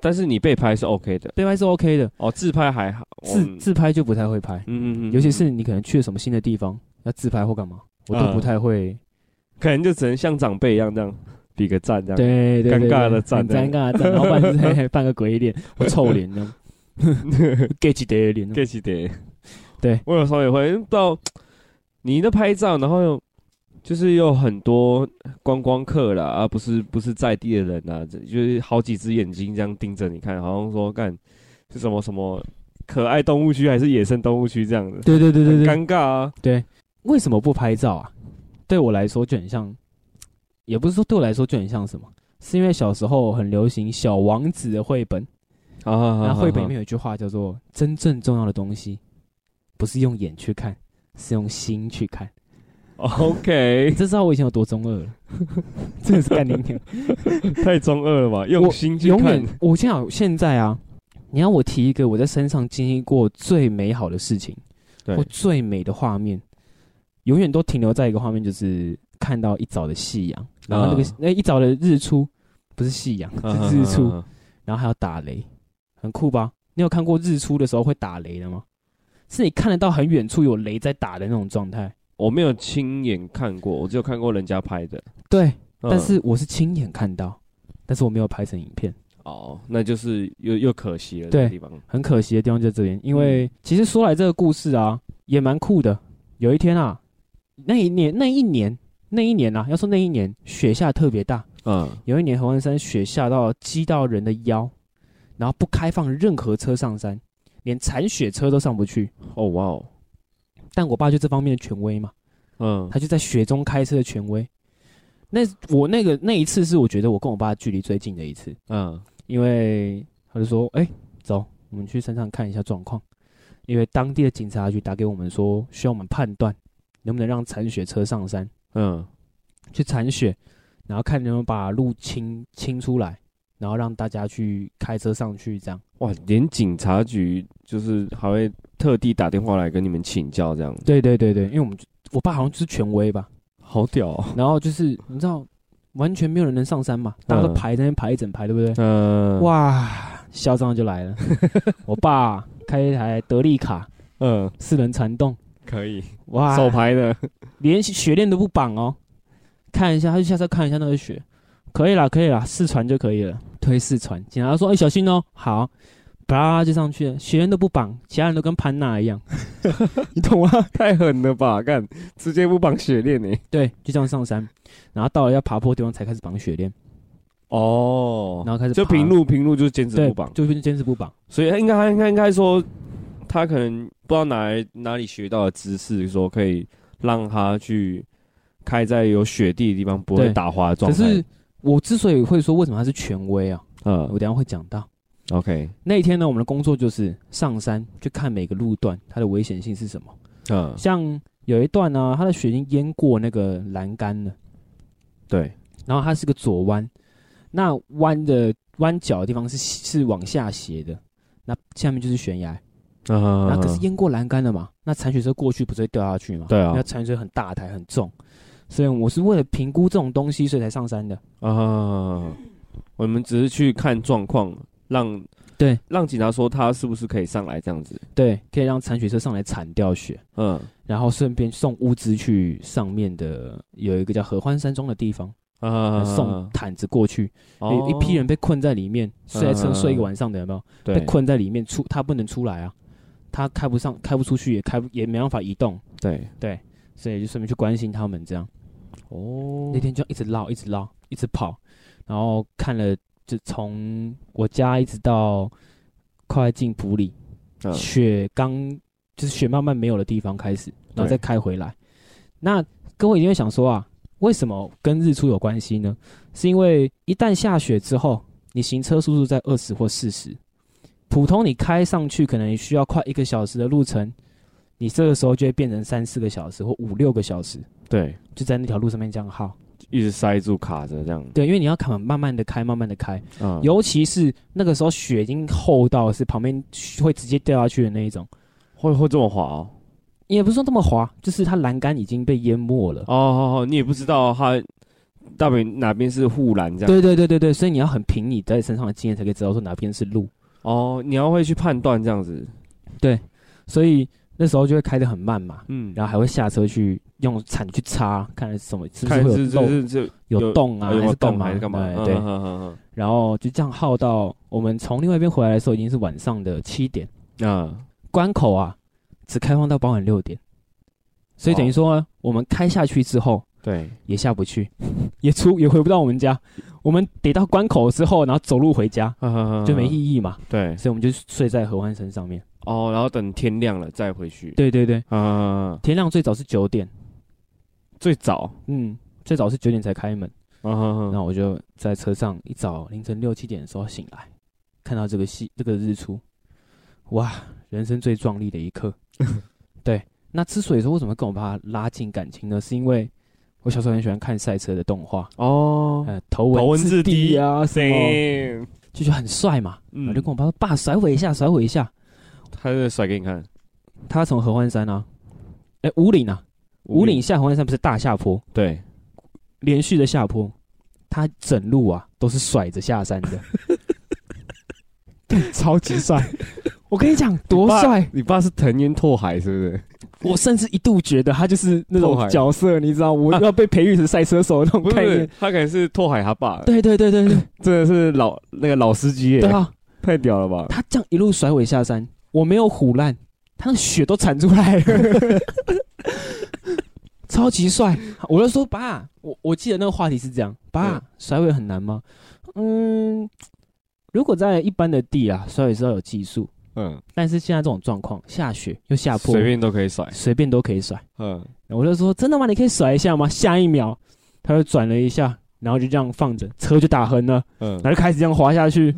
Speaker 3: 但是你被拍是 OK 的
Speaker 2: 被拍是 OK 的，
Speaker 3: 哦，自拍还好，
Speaker 2: 自
Speaker 3: 嗯
Speaker 2: 自拍就不太会拍，
Speaker 3: 嗯嗯嗯，
Speaker 2: 尤其是你可能去了什么新的地方要自拍或干嘛，我都
Speaker 3: 嗯
Speaker 2: 不太会。
Speaker 3: 可能就只能像长辈一样这样比个赞这样，
Speaker 2: 对对，
Speaker 3: 尴
Speaker 2: 对
Speaker 3: 尬
Speaker 2: 对
Speaker 3: 地站
Speaker 2: 很尴
Speaker 3: 这
Speaker 2: 尬的站，然后 半就是嘿嘿扮个鬼脸，我臭脸这样 ，get 起的脸这样，
Speaker 3: get 起点。
Speaker 2: 嗯 对，
Speaker 3: 我有时候也会嗯到你的拍照，然后又就是有很多观光客啦，啊，不是不是在地的人啊，这就是好几只眼睛这样盯着你看，好像说干是什么什么可爱动物区还是野生动物区这样的，
Speaker 2: 对对对对对，
Speaker 3: 很尴尬啊。
Speaker 2: 为什么不拍照啊？对我来说就很像，也不是说对我来说就很像什么，是因为小时候很流行《小王子》的绘本，
Speaker 3: 啊，
Speaker 2: 那绘本里
Speaker 3: 啊
Speaker 2: 面有一句话叫做“真正重要的东西，不是用眼去看，是用心去看”。
Speaker 3: 啊啊 OK，
Speaker 2: 你这知道我以前有多中二了， 真的是干你娘！
Speaker 3: 太中二了吧？用心去
Speaker 2: 永
Speaker 3: 看
Speaker 2: 远，我现在现在啊，你要我提一个我在身上经历过最美好的事情，
Speaker 3: 对
Speaker 2: 或最美的画面，永远都停留在一个画面，就是看到一早的夕阳，然后那个
Speaker 3: 啊
Speaker 2: 那、一早的日出不是夕阳，
Speaker 3: 啊
Speaker 2: 是日出，
Speaker 3: 啊
Speaker 2: 然后还有打雷，很酷吧？你有看过日出的时候会打雷的吗？是你看得到很远处有雷在打的那种状态。
Speaker 3: 我没有亲眼看过，我只有看过人家拍的，
Speaker 2: 对，
Speaker 3: 嗯
Speaker 2: 但是我是亲眼看到，但是我没有拍成影片。
Speaker 3: 哦，那就是又又可惜了，这
Speaker 2: 对
Speaker 3: 个地方。
Speaker 2: 很可惜的地方就在这边，因为其实说来这个故事啊，也蛮酷的。有一天啊，那一年那一年那一年啊，要说那一年雪下特别大，
Speaker 3: 嗯，
Speaker 2: 有一年合欢山雪下到积到人的腰，然后不开放任何车上山，连铲雪车都上不去。
Speaker 3: 哦哇哦，
Speaker 2: 但我爸就这方面的权威嘛，
Speaker 3: 嗯，
Speaker 2: 他就在雪中开车的权威。那我那个那一次是我觉得我跟我爸距离最近的一次，
Speaker 3: 嗯，
Speaker 2: 因为他就说：“哎、走，我们去山上看一下状况。”因为当地的警察局打给我们说，需要我们判断能不能让铲雪车上山
Speaker 3: 嗯，
Speaker 2: 去铲雪，然后看能不能把路清清出来，然后让大家去开车上去。这样
Speaker 3: 哇，连警察局就是还会特地打电话来跟你们请教，这样
Speaker 2: 对对对对，因为我们我爸好像就是权威吧，
Speaker 3: 好屌、哦！
Speaker 2: 然后就是你知道完全没有人能上山嘛，大家都排在那边排一整排，对不对？
Speaker 3: 嗯，
Speaker 2: 哇，嚣张就 来了。我爸开一台德利卡
Speaker 3: 嗯，
Speaker 2: 四轮传动，
Speaker 3: 可以，
Speaker 2: 哇，
Speaker 3: 手牌的，
Speaker 2: 连雪链都不绑哦。看一下，他就下车看一下那个雪，可以啦，可以啦，试船就可以了，推试船。警察说：“哎、小心哦、好，啪就上去了，雪链都不绑，其他人都跟潘娜一样，你懂吗？
Speaker 3: 太狠了吧！干，直接不绑雪链呢。
Speaker 2: 对，就这样上山，然后到了要爬坡的地方才开始绑雪链，
Speaker 3: 哦
Speaker 2: 然，后开始
Speaker 3: 就
Speaker 2: 爬
Speaker 3: 平路平路就坚持
Speaker 2: 哦对
Speaker 3: 不绑，
Speaker 2: 就是坚持不绑。
Speaker 3: 所以他应该他应该应该说，他可能不知道哪来哪里学到的知识，说可以让他去开在有雪地的地方不会
Speaker 2: 对
Speaker 3: 打滑的状
Speaker 2: 可
Speaker 3: 态。
Speaker 2: 是我之所以会说为什么他是权威啊，
Speaker 3: 嗯
Speaker 2: 我等一下会讲到。
Speaker 3: ，OK，
Speaker 2: 那一天呢，我们的工作就是上山去看每个路段它的危险性是什么。
Speaker 3: 嗯，
Speaker 2: 像有一段呢，它的雪已经淹过那个栏杆了，
Speaker 3: 对，
Speaker 2: 然后它是个左弯，那弯的弯角的地方是是往下斜的，那下面就是悬崖，
Speaker 3: 嗯，
Speaker 2: 那可是淹过栏杆了嘛，那铲雪车过去不是会掉下去吗？
Speaker 3: 对啊
Speaker 2: 那铲雪车很大台很重，所以我是为了评估这种东西，所以才上山的。
Speaker 3: 啊，我们只是去看状况，让
Speaker 2: 对
Speaker 3: 让警察说他是不是可以上来这样子。
Speaker 2: 对，可以让铲雪车上来铲掉雪，
Speaker 3: 嗯
Speaker 2: 然后顺便送物资去上面的有一个叫合欢山庄的地方，
Speaker 3: 啊，
Speaker 2: 送毯子过去。
Speaker 3: 哦
Speaker 2: 有一批人被困在里面，睡在
Speaker 3: 嗯
Speaker 2: 车上睡一个晚上的有没有？
Speaker 3: 对
Speaker 2: 被困在里面出，他不能出来啊，他开不上，开不出去，也开不也没办法移动，
Speaker 3: 对
Speaker 2: 对，所以就顺便去关心他们这样。
Speaker 3: 哦
Speaker 2: 那天就一直绕，一直绕，一直跑，然后看了就从我家一直到快进普里，
Speaker 3: 嗯
Speaker 2: 雪刚就是雪慢慢没有的地方开始，然后
Speaker 3: 对
Speaker 2: 再开回来。那各位一定会想说啊，为什么跟日出有关系呢？是因为一旦下雪之后，你行车速度在二十或四十，普通你开上去可能需要快一个小时的路程，你这个时候就会变成三四个小时或五六个小时，
Speaker 3: 对，
Speaker 2: 就在那条路上面这样耗。
Speaker 3: 一直塞住卡着这样。
Speaker 2: 对，因为你要开，慢慢的开，慢慢的开，
Speaker 3: 嗯，
Speaker 2: 尤其是那个时候雪已经厚到是旁边会直接掉下去的那一种。
Speaker 3: 会会这么滑哦。
Speaker 2: 也不是说这么滑，就是它栏杆已经被淹没了。
Speaker 3: 哦，好好，你也不知道它到底哪边是护栏这样。
Speaker 2: 对对对对对，所以你要很凭你在身上的经验才可以知道说哪边是路。
Speaker 3: 哦，你要会去判断这样子。
Speaker 2: 所以那时候就会开得很慢嘛，
Speaker 3: 嗯，
Speaker 2: 然后还会下车去用铲去擦，看什么是不
Speaker 3: 看
Speaker 2: 是会
Speaker 3: 是
Speaker 2: 有
Speaker 3: 是
Speaker 2: 漏、
Speaker 3: 是是
Speaker 2: 有洞啊，
Speaker 3: 有没
Speaker 2: 还
Speaker 3: 有
Speaker 2: 是干
Speaker 3: 洞
Speaker 2: 嘛？
Speaker 3: 还是干嘛？
Speaker 2: 对，对
Speaker 3: 嗯嗯
Speaker 2: 然后就这样耗到我们从另外一边回来的时候已经是晚上的七点，
Speaker 3: 嗯嗯
Speaker 2: 关口啊只开放到傍晚六点，所以等于说、我们开下去之后，
Speaker 3: 对，
Speaker 2: 也下不去， 也出也回不到我们家。我们得到关口之后，然后走路回家就没
Speaker 3: 义。
Speaker 2: 意义嘛，
Speaker 3: 对，
Speaker 2: 所以我们就睡在合欢山上面。
Speaker 3: 哦，然后等天亮了再回去。
Speaker 2: 对对对，
Speaker 3: 啊，
Speaker 2: 天亮最早是九点，
Speaker 3: 最早。
Speaker 2: 嗯，最早是九点才开门。
Speaker 3: 嗯
Speaker 2: 那我就在车上一早凌晨六七点的时候醒来，看到这个夕这个日出，哇，人生最壮丽的一刻。 对，那之所以说为什么会跟我爸拉近感情呢？是因为我小时候很喜欢看赛车的动画，
Speaker 3: 哦，
Speaker 2: 呃，头
Speaker 3: 头
Speaker 2: 文
Speaker 3: 文字
Speaker 2: 字 D 啊什么，
Speaker 3: 谁？
Speaker 2: 就觉得很帅嘛。
Speaker 3: 嗯
Speaker 2: 我啊就跟我爸说：“爸，甩我一下，甩我一下。
Speaker 3: 他在甩给你看，”
Speaker 2: 他从合欢山啊，哎、五岭啊，五岭下合欢山不是大下坡，
Speaker 3: 对，
Speaker 2: 连续的下坡，他整路啊都是甩着下山的，干 超级帅。 我跟你讲多帅，
Speaker 3: 你爸是藤烟拓海是不是？
Speaker 2: 我甚至一度觉得他就是那
Speaker 3: 拓
Speaker 2: 种
Speaker 3: 海
Speaker 2: 角色，你知道，我
Speaker 3: 啊
Speaker 2: 要被培育成赛车手的那种
Speaker 3: 不
Speaker 2: 概
Speaker 3: 是
Speaker 2: 念。，
Speaker 3: 他可能是拓海他爸，
Speaker 2: 对对对对 对
Speaker 3: 真的是老那个老司机耶
Speaker 2: 对，啊！
Speaker 3: 太屌了吧！
Speaker 2: 他这样一路甩尾下山，我没有虎烂，他那血都铲出来了， 超级帅。我就说爸，我我记得那个话题是这样，爸
Speaker 3: 嗯，
Speaker 2: 甩尾很难吗？嗯，如果在一般的地啊，甩尾是要有技术，
Speaker 3: 嗯，
Speaker 2: 但是现在这种状况，下雪又下坡，
Speaker 3: 随便都可以甩，
Speaker 2: 随便都可以甩。
Speaker 3: 嗯，
Speaker 2: 我就说真的吗？你可以甩一下吗？下一秒，他就转了一下，然后就这样放着，车就打横了。
Speaker 3: 嗯
Speaker 2: 然后就开始这样滑下 去，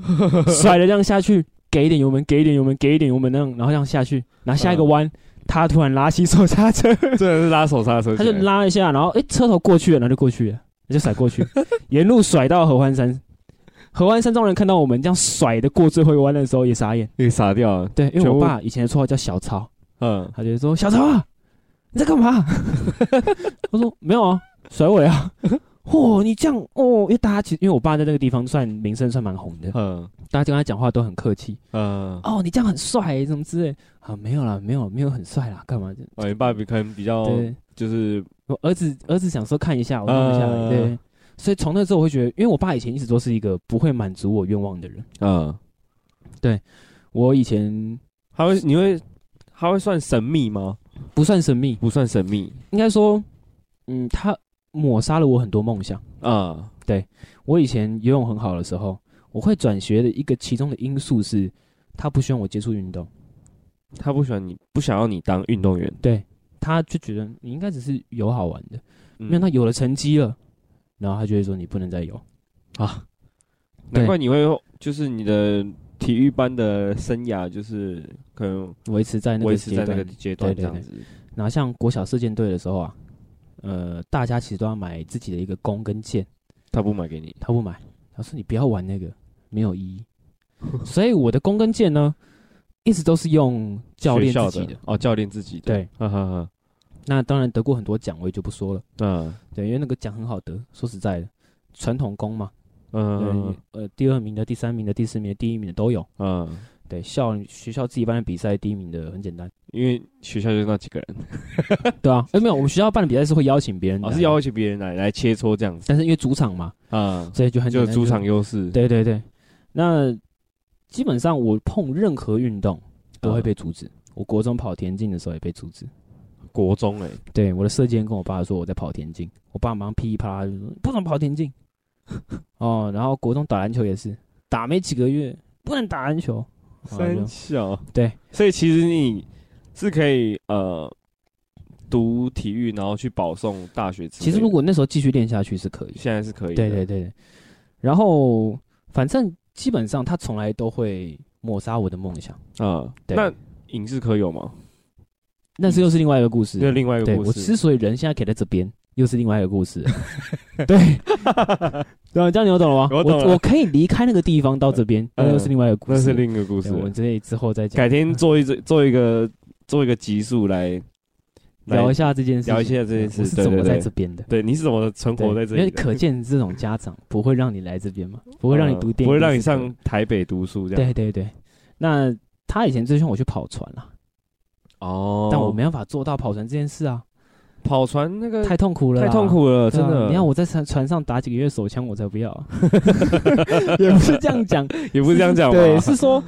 Speaker 2: 甩了这样下去，给一点油门，给一点油门，给一点油门那样，然后这样下去，然后下一个
Speaker 3: 嗯
Speaker 2: 弯，他突然拉起手刹 车，
Speaker 3: 真的是拉手刹车起
Speaker 2: 他
Speaker 3: 来，
Speaker 2: 就拉一下，然后诶车头过去了，然后就过去了，就甩过去， 沿路甩到合欢山。合欢山庄人看到我们这样甩的过最后一个弯的时候也傻眼，
Speaker 3: 给傻掉了，
Speaker 2: 对，因为
Speaker 3: 全
Speaker 2: 我
Speaker 3: 部
Speaker 2: 爸以前的绰号叫小超，
Speaker 3: 嗯，
Speaker 2: 他就说 小超啊，你在干嘛？我说没有啊，甩尾啊。嚯、你这样哦，因为大家其实因为我爸在那个地方算名声算蛮红的，
Speaker 3: 嗯
Speaker 2: 大家跟他讲话都很客气。
Speaker 3: 嗯，
Speaker 2: 哦，你这样很帅，什么之类啊？没有啦，没有，没有很帅啦，干嘛的？
Speaker 3: 哦，你爸比可能比较
Speaker 2: 对，
Speaker 3: 就是
Speaker 2: 我儿子儿子想说看一下，我弄一下，
Speaker 3: 嗯
Speaker 2: 对。所以从那之后，我会觉得，因为我爸以前一直都是一个不会满足我愿望的人。
Speaker 3: 嗯，
Speaker 2: 我以前
Speaker 3: 他会你会他会算神秘吗？
Speaker 2: 不算神秘，
Speaker 3: 不算神秘
Speaker 2: 应该说，嗯，他抹杀了我很多梦想。
Speaker 3: 啊，
Speaker 2: 我以前游泳很好的时候，我会转学的一个其中的因素是，他不希望我接触运动，
Speaker 3: 他不喜欢你，不想要你当运动员，
Speaker 2: 他就觉得你应该只是游好玩的，
Speaker 3: 嗯
Speaker 2: 因为他有了成绩了，然后他就会说你不能再游。对
Speaker 3: 啊难怪你会就是你的体育班的生涯就是可能
Speaker 2: 维持在那个
Speaker 3: 维持
Speaker 2: 阶
Speaker 3: 在那
Speaker 2: 段
Speaker 3: 个。阶段
Speaker 2: 对
Speaker 3: 这
Speaker 2: 对
Speaker 3: 样子，
Speaker 2: 然后像国小射箭队的时候啊，呃，大家其实都要买自己的一个弓跟箭，
Speaker 3: 他不买给你，
Speaker 2: 他不买，他说你不要玩那个，没有意 义。所以我的弓跟箭呢，一直都是用教练
Speaker 3: 学校
Speaker 2: 自己的。
Speaker 3: 哦，教练自己的，
Speaker 2: 对，
Speaker 3: 哈哈哈，
Speaker 2: 那当然得过很多奖，我也就不说了。
Speaker 3: 嗯
Speaker 2: 对，因为那个奖很好得，说实在的，传统弓嘛，
Speaker 3: 嗯
Speaker 2: 对，呃，第二名的、第三名的、第四名的、第一名的都有。
Speaker 3: 嗯，
Speaker 2: 对，校学校自己办的比赛，第一名的很简单。
Speaker 3: 因为学校就那几个人，
Speaker 2: 对啊，哎，没有，我们学校办的比赛是会邀请别人，
Speaker 3: 哦，是邀，请别人来来切磋这样子，
Speaker 2: 但是因为主场嘛，
Speaker 3: 啊，
Speaker 2: 所以就很简
Speaker 3: 就
Speaker 2: 单
Speaker 3: 主场优势，
Speaker 2: 对对对，那基本上我碰任何运动都会
Speaker 3: 嗯
Speaker 2: 被阻止。我国中跑田径的时候也被阻止。
Speaker 3: 国中哎，
Speaker 2: 对，我的射箭跟我爸说我在跑田径，我爸马上噼里啪啦就说不准跑田径。哦，然后国中打篮球也是，打没几个月不能打篮球。啊就
Speaker 3: 三小，
Speaker 2: 对，
Speaker 3: 所以其实你是可以呃读体育，然后去保送大学之类的。
Speaker 2: 其实如果那时候继续练下去是可以的。
Speaker 3: 现在是可以的，
Speaker 2: 对对对对，然后反正基本上他从来都会抹杀我的梦想。
Speaker 3: 啊，
Speaker 2: 对
Speaker 3: 那影视科有吗？
Speaker 2: 那是又是另外一个故事。
Speaker 3: 这嗯另外一个
Speaker 2: 对
Speaker 3: 故
Speaker 2: 我
Speaker 3: 事，
Speaker 2: 之所以人现在可以在这边，又是另外一个故事。 对，对啊，这样你有懂了吗？
Speaker 3: 我懂了
Speaker 2: 我可以离开那个地方到这边，
Speaker 3: 嗯
Speaker 2: 那又是另外一个故
Speaker 3: 那
Speaker 2: 事。
Speaker 3: 是另一个故
Speaker 2: 对
Speaker 3: 事，
Speaker 2: 我们嗯这里之后再讲，
Speaker 3: 改天做一做做一个做一个集数来来
Speaker 2: 聊一下这件事，
Speaker 3: 聊一下这件事
Speaker 2: 我是
Speaker 3: 对
Speaker 2: 怎么
Speaker 3: 对对
Speaker 2: 在这边的。
Speaker 3: 对，你是怎么存活
Speaker 2: 对，
Speaker 3: 在这
Speaker 2: 因
Speaker 3: 里的？
Speaker 2: 为可见这种家长不会让你来这边嘛，不
Speaker 3: 不
Speaker 2: 会让你读电影，
Speaker 3: 啊不会让你上。台北读书这
Speaker 2: 对
Speaker 3: 样。
Speaker 2: 对对，那他以前最希望我去跑船啦，
Speaker 3: 哦
Speaker 2: 但我没办法做到跑船这件事啊，
Speaker 3: 跑船那个
Speaker 2: 太痛苦了啦，
Speaker 3: 太痛苦了，
Speaker 2: 对
Speaker 3: 真
Speaker 2: 啊
Speaker 3: 的。
Speaker 2: 你看我在船船上打几个月手枪，我才 不要啊、也不是这样讲，
Speaker 3: 也不是这样讲吧？
Speaker 2: 对，是说，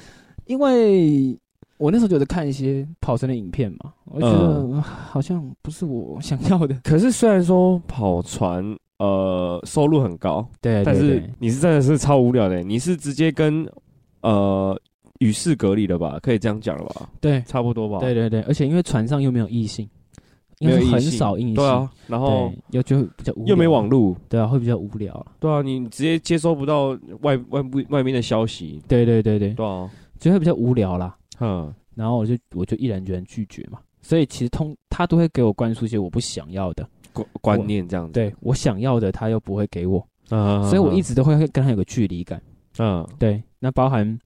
Speaker 2: 因为我那时候就是看一些跑船的影片嘛，我觉得、
Speaker 3: 嗯
Speaker 2: 啊好像不是我想要的。
Speaker 3: 可是虽然说跑船呃收入很高，
Speaker 2: 哎对
Speaker 3: 但是你是真的是超无聊的，你是直接跟呃与世隔离了吧？可以这样讲了吧？
Speaker 2: 对
Speaker 3: 差不多吧？
Speaker 2: 对对对，而且因为船上又没有异性，因
Speaker 3: 哦没有
Speaker 2: 为
Speaker 3: 异性，
Speaker 2: 很少异性，
Speaker 3: 对啊，然后
Speaker 2: 对，又就会比较无聊，
Speaker 3: 又没网，路，
Speaker 2: 对啊，会比较无聊啊。
Speaker 3: 对啊，你直接接收不到外外部外面的消息，
Speaker 2: 对对对对，
Speaker 3: 对啊，
Speaker 2: 就会比较无聊啦。
Speaker 3: 嗯
Speaker 2: 然后我就我就毅然决然拒绝嘛，所以其实通他都会给我灌输一些我不想要的。
Speaker 3: 观观念这样子，
Speaker 2: 对我想要的他又不会给我，
Speaker 3: 嗯，
Speaker 2: 所以我一直都会跟他有个距离感。
Speaker 3: 嗯
Speaker 2: 对，那包含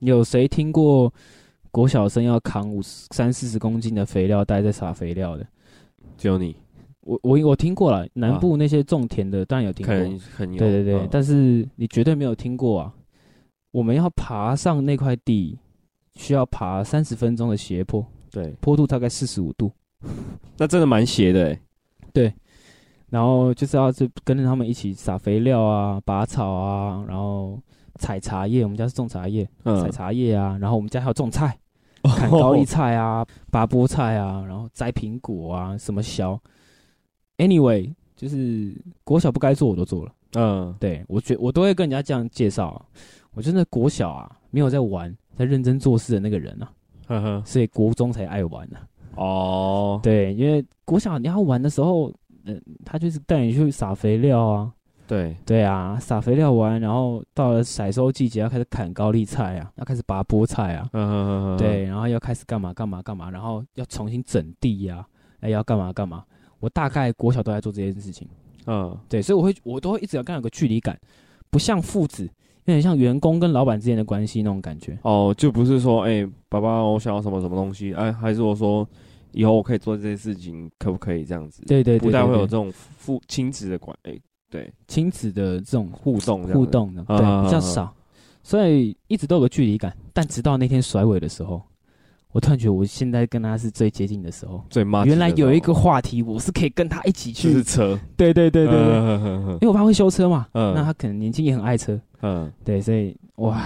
Speaker 2: 有谁听过国小生要扛五十三四十公斤的肥料袋在撒肥料的？
Speaker 3: 只有你
Speaker 2: 我我我听过了，南部那些种田的当然有听
Speaker 3: 啊可
Speaker 2: 过，
Speaker 3: 能很有
Speaker 2: 对对对，
Speaker 3: 嗯
Speaker 2: 但是你绝对没有听过啊！我们要爬上那块地，需要爬三十分钟的斜坡，
Speaker 3: 对，
Speaker 2: 坡度大概四十五度。
Speaker 3: 那真的蛮邪的欸，
Speaker 2: 然后就是要就跟着他们一起撒肥料啊、拔草啊，然后采茶叶。我们家是种茶叶，采
Speaker 3: 嗯，哦
Speaker 2: 茶叶啊，然后我们家还有种菜，砍高 丽菜啊、拔菠菜啊，然后摘苹果啊，什么削。Anyway，就是国小不该做我都做了，
Speaker 3: 嗯，
Speaker 2: 对我觉我都会跟人家这样介绍、啊。我真的国小啊，没有在玩，在认真做事的那个人啊，
Speaker 3: 呵呵，
Speaker 2: 所以国中才爱玩啊。
Speaker 3: 哦，
Speaker 2: 对，因为国小你要玩的时候，嗯、他就是带你去撒肥料啊，
Speaker 3: 对，
Speaker 2: 对啊，撒肥料完，然后到了采收季节要开始砍高丽菜啊，要开始拔菠菜啊，
Speaker 3: 嗯哼哼哼
Speaker 2: 对，然后要开始干嘛干嘛干嘛，然后要重新整地呀、哎，要干嘛干嘛。我大概国小都在做这件事情，
Speaker 3: 嗯，
Speaker 2: 对，所以我会我都会一直要跟他有个距离感，不像父子，有点像员工跟老板之间的关系那种感觉。
Speaker 3: 啊哦，就不是说，哎、爸爸，我想要什么什么东西，哎，还是我说，以后我可以做这些事情，可不可以这样子？
Speaker 2: 对对对
Speaker 3: 不太
Speaker 2: 对
Speaker 3: 会
Speaker 2: 对
Speaker 3: 有这种父亲子的管，哎，对，
Speaker 2: 亲子的这种
Speaker 3: 互动这样子
Speaker 2: 互，动的，
Speaker 3: 啊啊啊
Speaker 2: 对，比较少，所以一直都有个距离感。但直到那天甩尾的时候，我突然觉得我现在跟他是最接近的时候。
Speaker 3: 最骂。
Speaker 2: 原来有一个话题，我是可以跟他一起
Speaker 3: 就
Speaker 2: 去
Speaker 3: 是。 车，
Speaker 2: 对对对对对，
Speaker 3: 嗯哼哼
Speaker 2: 因为我爸会修车嘛，
Speaker 3: 嗯
Speaker 2: 那他可能年轻也很爱车，
Speaker 3: 嗯，
Speaker 2: 对，所以哇，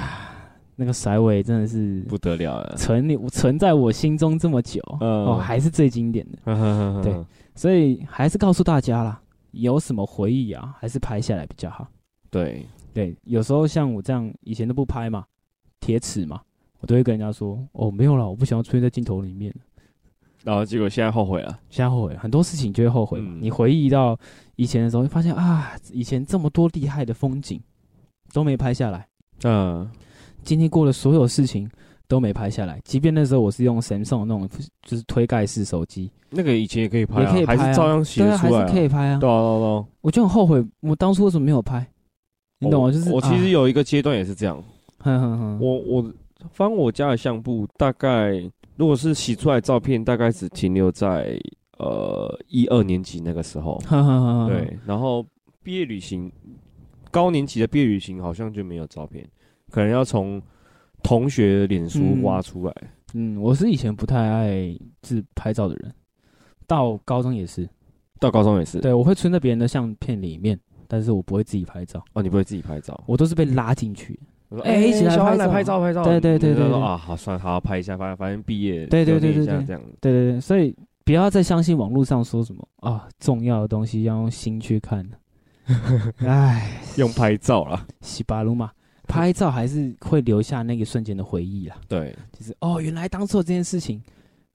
Speaker 2: 那个甩尾真的是
Speaker 3: 不得了啊了，
Speaker 2: 存留存在我心中这么久，
Speaker 3: 嗯
Speaker 2: 哦，还是最经典的。
Speaker 3: 嗯哼哼哼
Speaker 2: 所以还是告诉大家啦，有什么回忆啊，还是拍下来比较好。
Speaker 3: 对，
Speaker 2: 对，有时候像我这样，以前都不拍嘛，铁齿嘛，我都会跟人家说，哦，没有啦，我不想要出现在镜头里面。
Speaker 3: 然后结果现在后悔了，
Speaker 2: 现在后悔了很多事情就会后悔嘛。
Speaker 3: 嗯
Speaker 2: 你回忆到以前的时候，会发现啊，以前这么多厉害的风景都没拍下来，
Speaker 3: 嗯，
Speaker 2: 经历过的所有事情都没拍下来。即便那时候我是用 Samsung 那种就是推盖式手机，
Speaker 3: 那个以前也可以拍啊，
Speaker 2: 也可以拍、
Speaker 3: 还
Speaker 2: 啊，
Speaker 3: 是照样写
Speaker 2: 对啊，
Speaker 3: 得
Speaker 2: 还
Speaker 3: 出来啊，
Speaker 2: 是可以拍啊。
Speaker 3: 对啊，对啊对啊
Speaker 2: 我就很后悔，我当初为什么没有拍？你懂吗？
Speaker 3: 我
Speaker 2: 就是
Speaker 3: 哦
Speaker 2: 啊
Speaker 3: 我其实
Speaker 2: 有，
Speaker 3: 有一个阶段也是这样，
Speaker 2: 哼哼哼，
Speaker 3: 我我翻我家的相簿，大概如果是洗出来的照片，大概只停留在呃一二年级那个时候，
Speaker 2: 哼哼哼，嗯哼，
Speaker 3: 对，然后毕业旅行，高年级的毕业旅行好像就没有照片，可能要从同学脸书
Speaker 2: 嗯
Speaker 3: 挖出来，
Speaker 2: 嗯，我是以前不太爱自拍照的人，到高中也是，
Speaker 3: 到高中也是，
Speaker 2: 对我会存在别人的相片里面，但是我不会自己拍照。
Speaker 3: 哦，你不会自己拍照，
Speaker 2: 我都是被拉进去。
Speaker 3: 我说
Speaker 2: 哎一起来
Speaker 3: 小孩
Speaker 2: 拍
Speaker 3: 来
Speaker 2: 照
Speaker 3: 拍照拍照，
Speaker 2: 对对
Speaker 3: 你
Speaker 2: 对
Speaker 3: 就
Speaker 2: 对
Speaker 3: 说
Speaker 2: 对
Speaker 3: 啊，好，算好好拍一下，反正反正毕业，
Speaker 2: 对对
Speaker 3: 留念
Speaker 2: 对对
Speaker 3: 一下
Speaker 2: 对
Speaker 3: 这样，
Speaker 2: 对对对，所以不要再相信网络上说什么啊，重要的东西要用心去 看。唉，
Speaker 3: 用拍照啦，
Speaker 2: 西巴鲁嘛，拍照还是会留下那个瞬间的回忆啦。
Speaker 3: 对。
Speaker 2: 就是哦，原来当初有这件事情，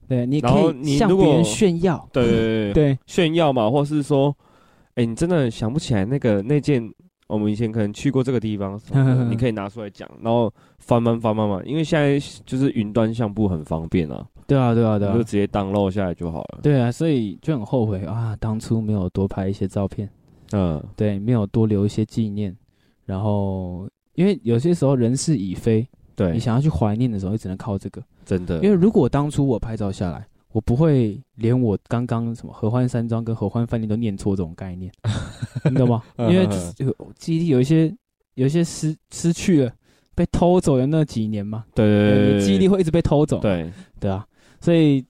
Speaker 2: 对，你可
Speaker 3: 然后
Speaker 2: 以
Speaker 3: 你
Speaker 2: 向
Speaker 3: 如果
Speaker 2: 别人炫耀。
Speaker 3: 对对 对对，
Speaker 2: 对，
Speaker 3: 炫耀嘛，或是说，哎、你真的想不起来那个那件，我们以前可能去过这个地方什么 的，你可以拿出来讲，然后翻翻翻翻嘛，因为现在就是云端相簿很方便啊，
Speaker 2: 对啊，对啊，对
Speaker 3: 你
Speaker 2: 啊
Speaker 3: 就，直接 download 下来就好了。
Speaker 2: 对啊，所以就很后悔啊，当初没有多拍一些照片，
Speaker 3: 嗯，
Speaker 2: 对，没有多留一些纪念。然后，因为有些时候人事已非，
Speaker 3: 对
Speaker 2: 你，想要去怀念的时候，只能靠这个。
Speaker 3: 真的，
Speaker 2: 因为如果当初我拍照下来，我不会连我刚刚什么合欢山庄跟合欢饭店都念错这种概 念，你懂吗？
Speaker 3: 嗯
Speaker 2: 因为就是有记忆力有一些有一些失失去了，被偷走的那几年嘛，
Speaker 3: 对对对
Speaker 2: 你
Speaker 3: 对，
Speaker 2: 记忆力会一直被偷走，
Speaker 3: 对。
Speaker 2: 对啊，所以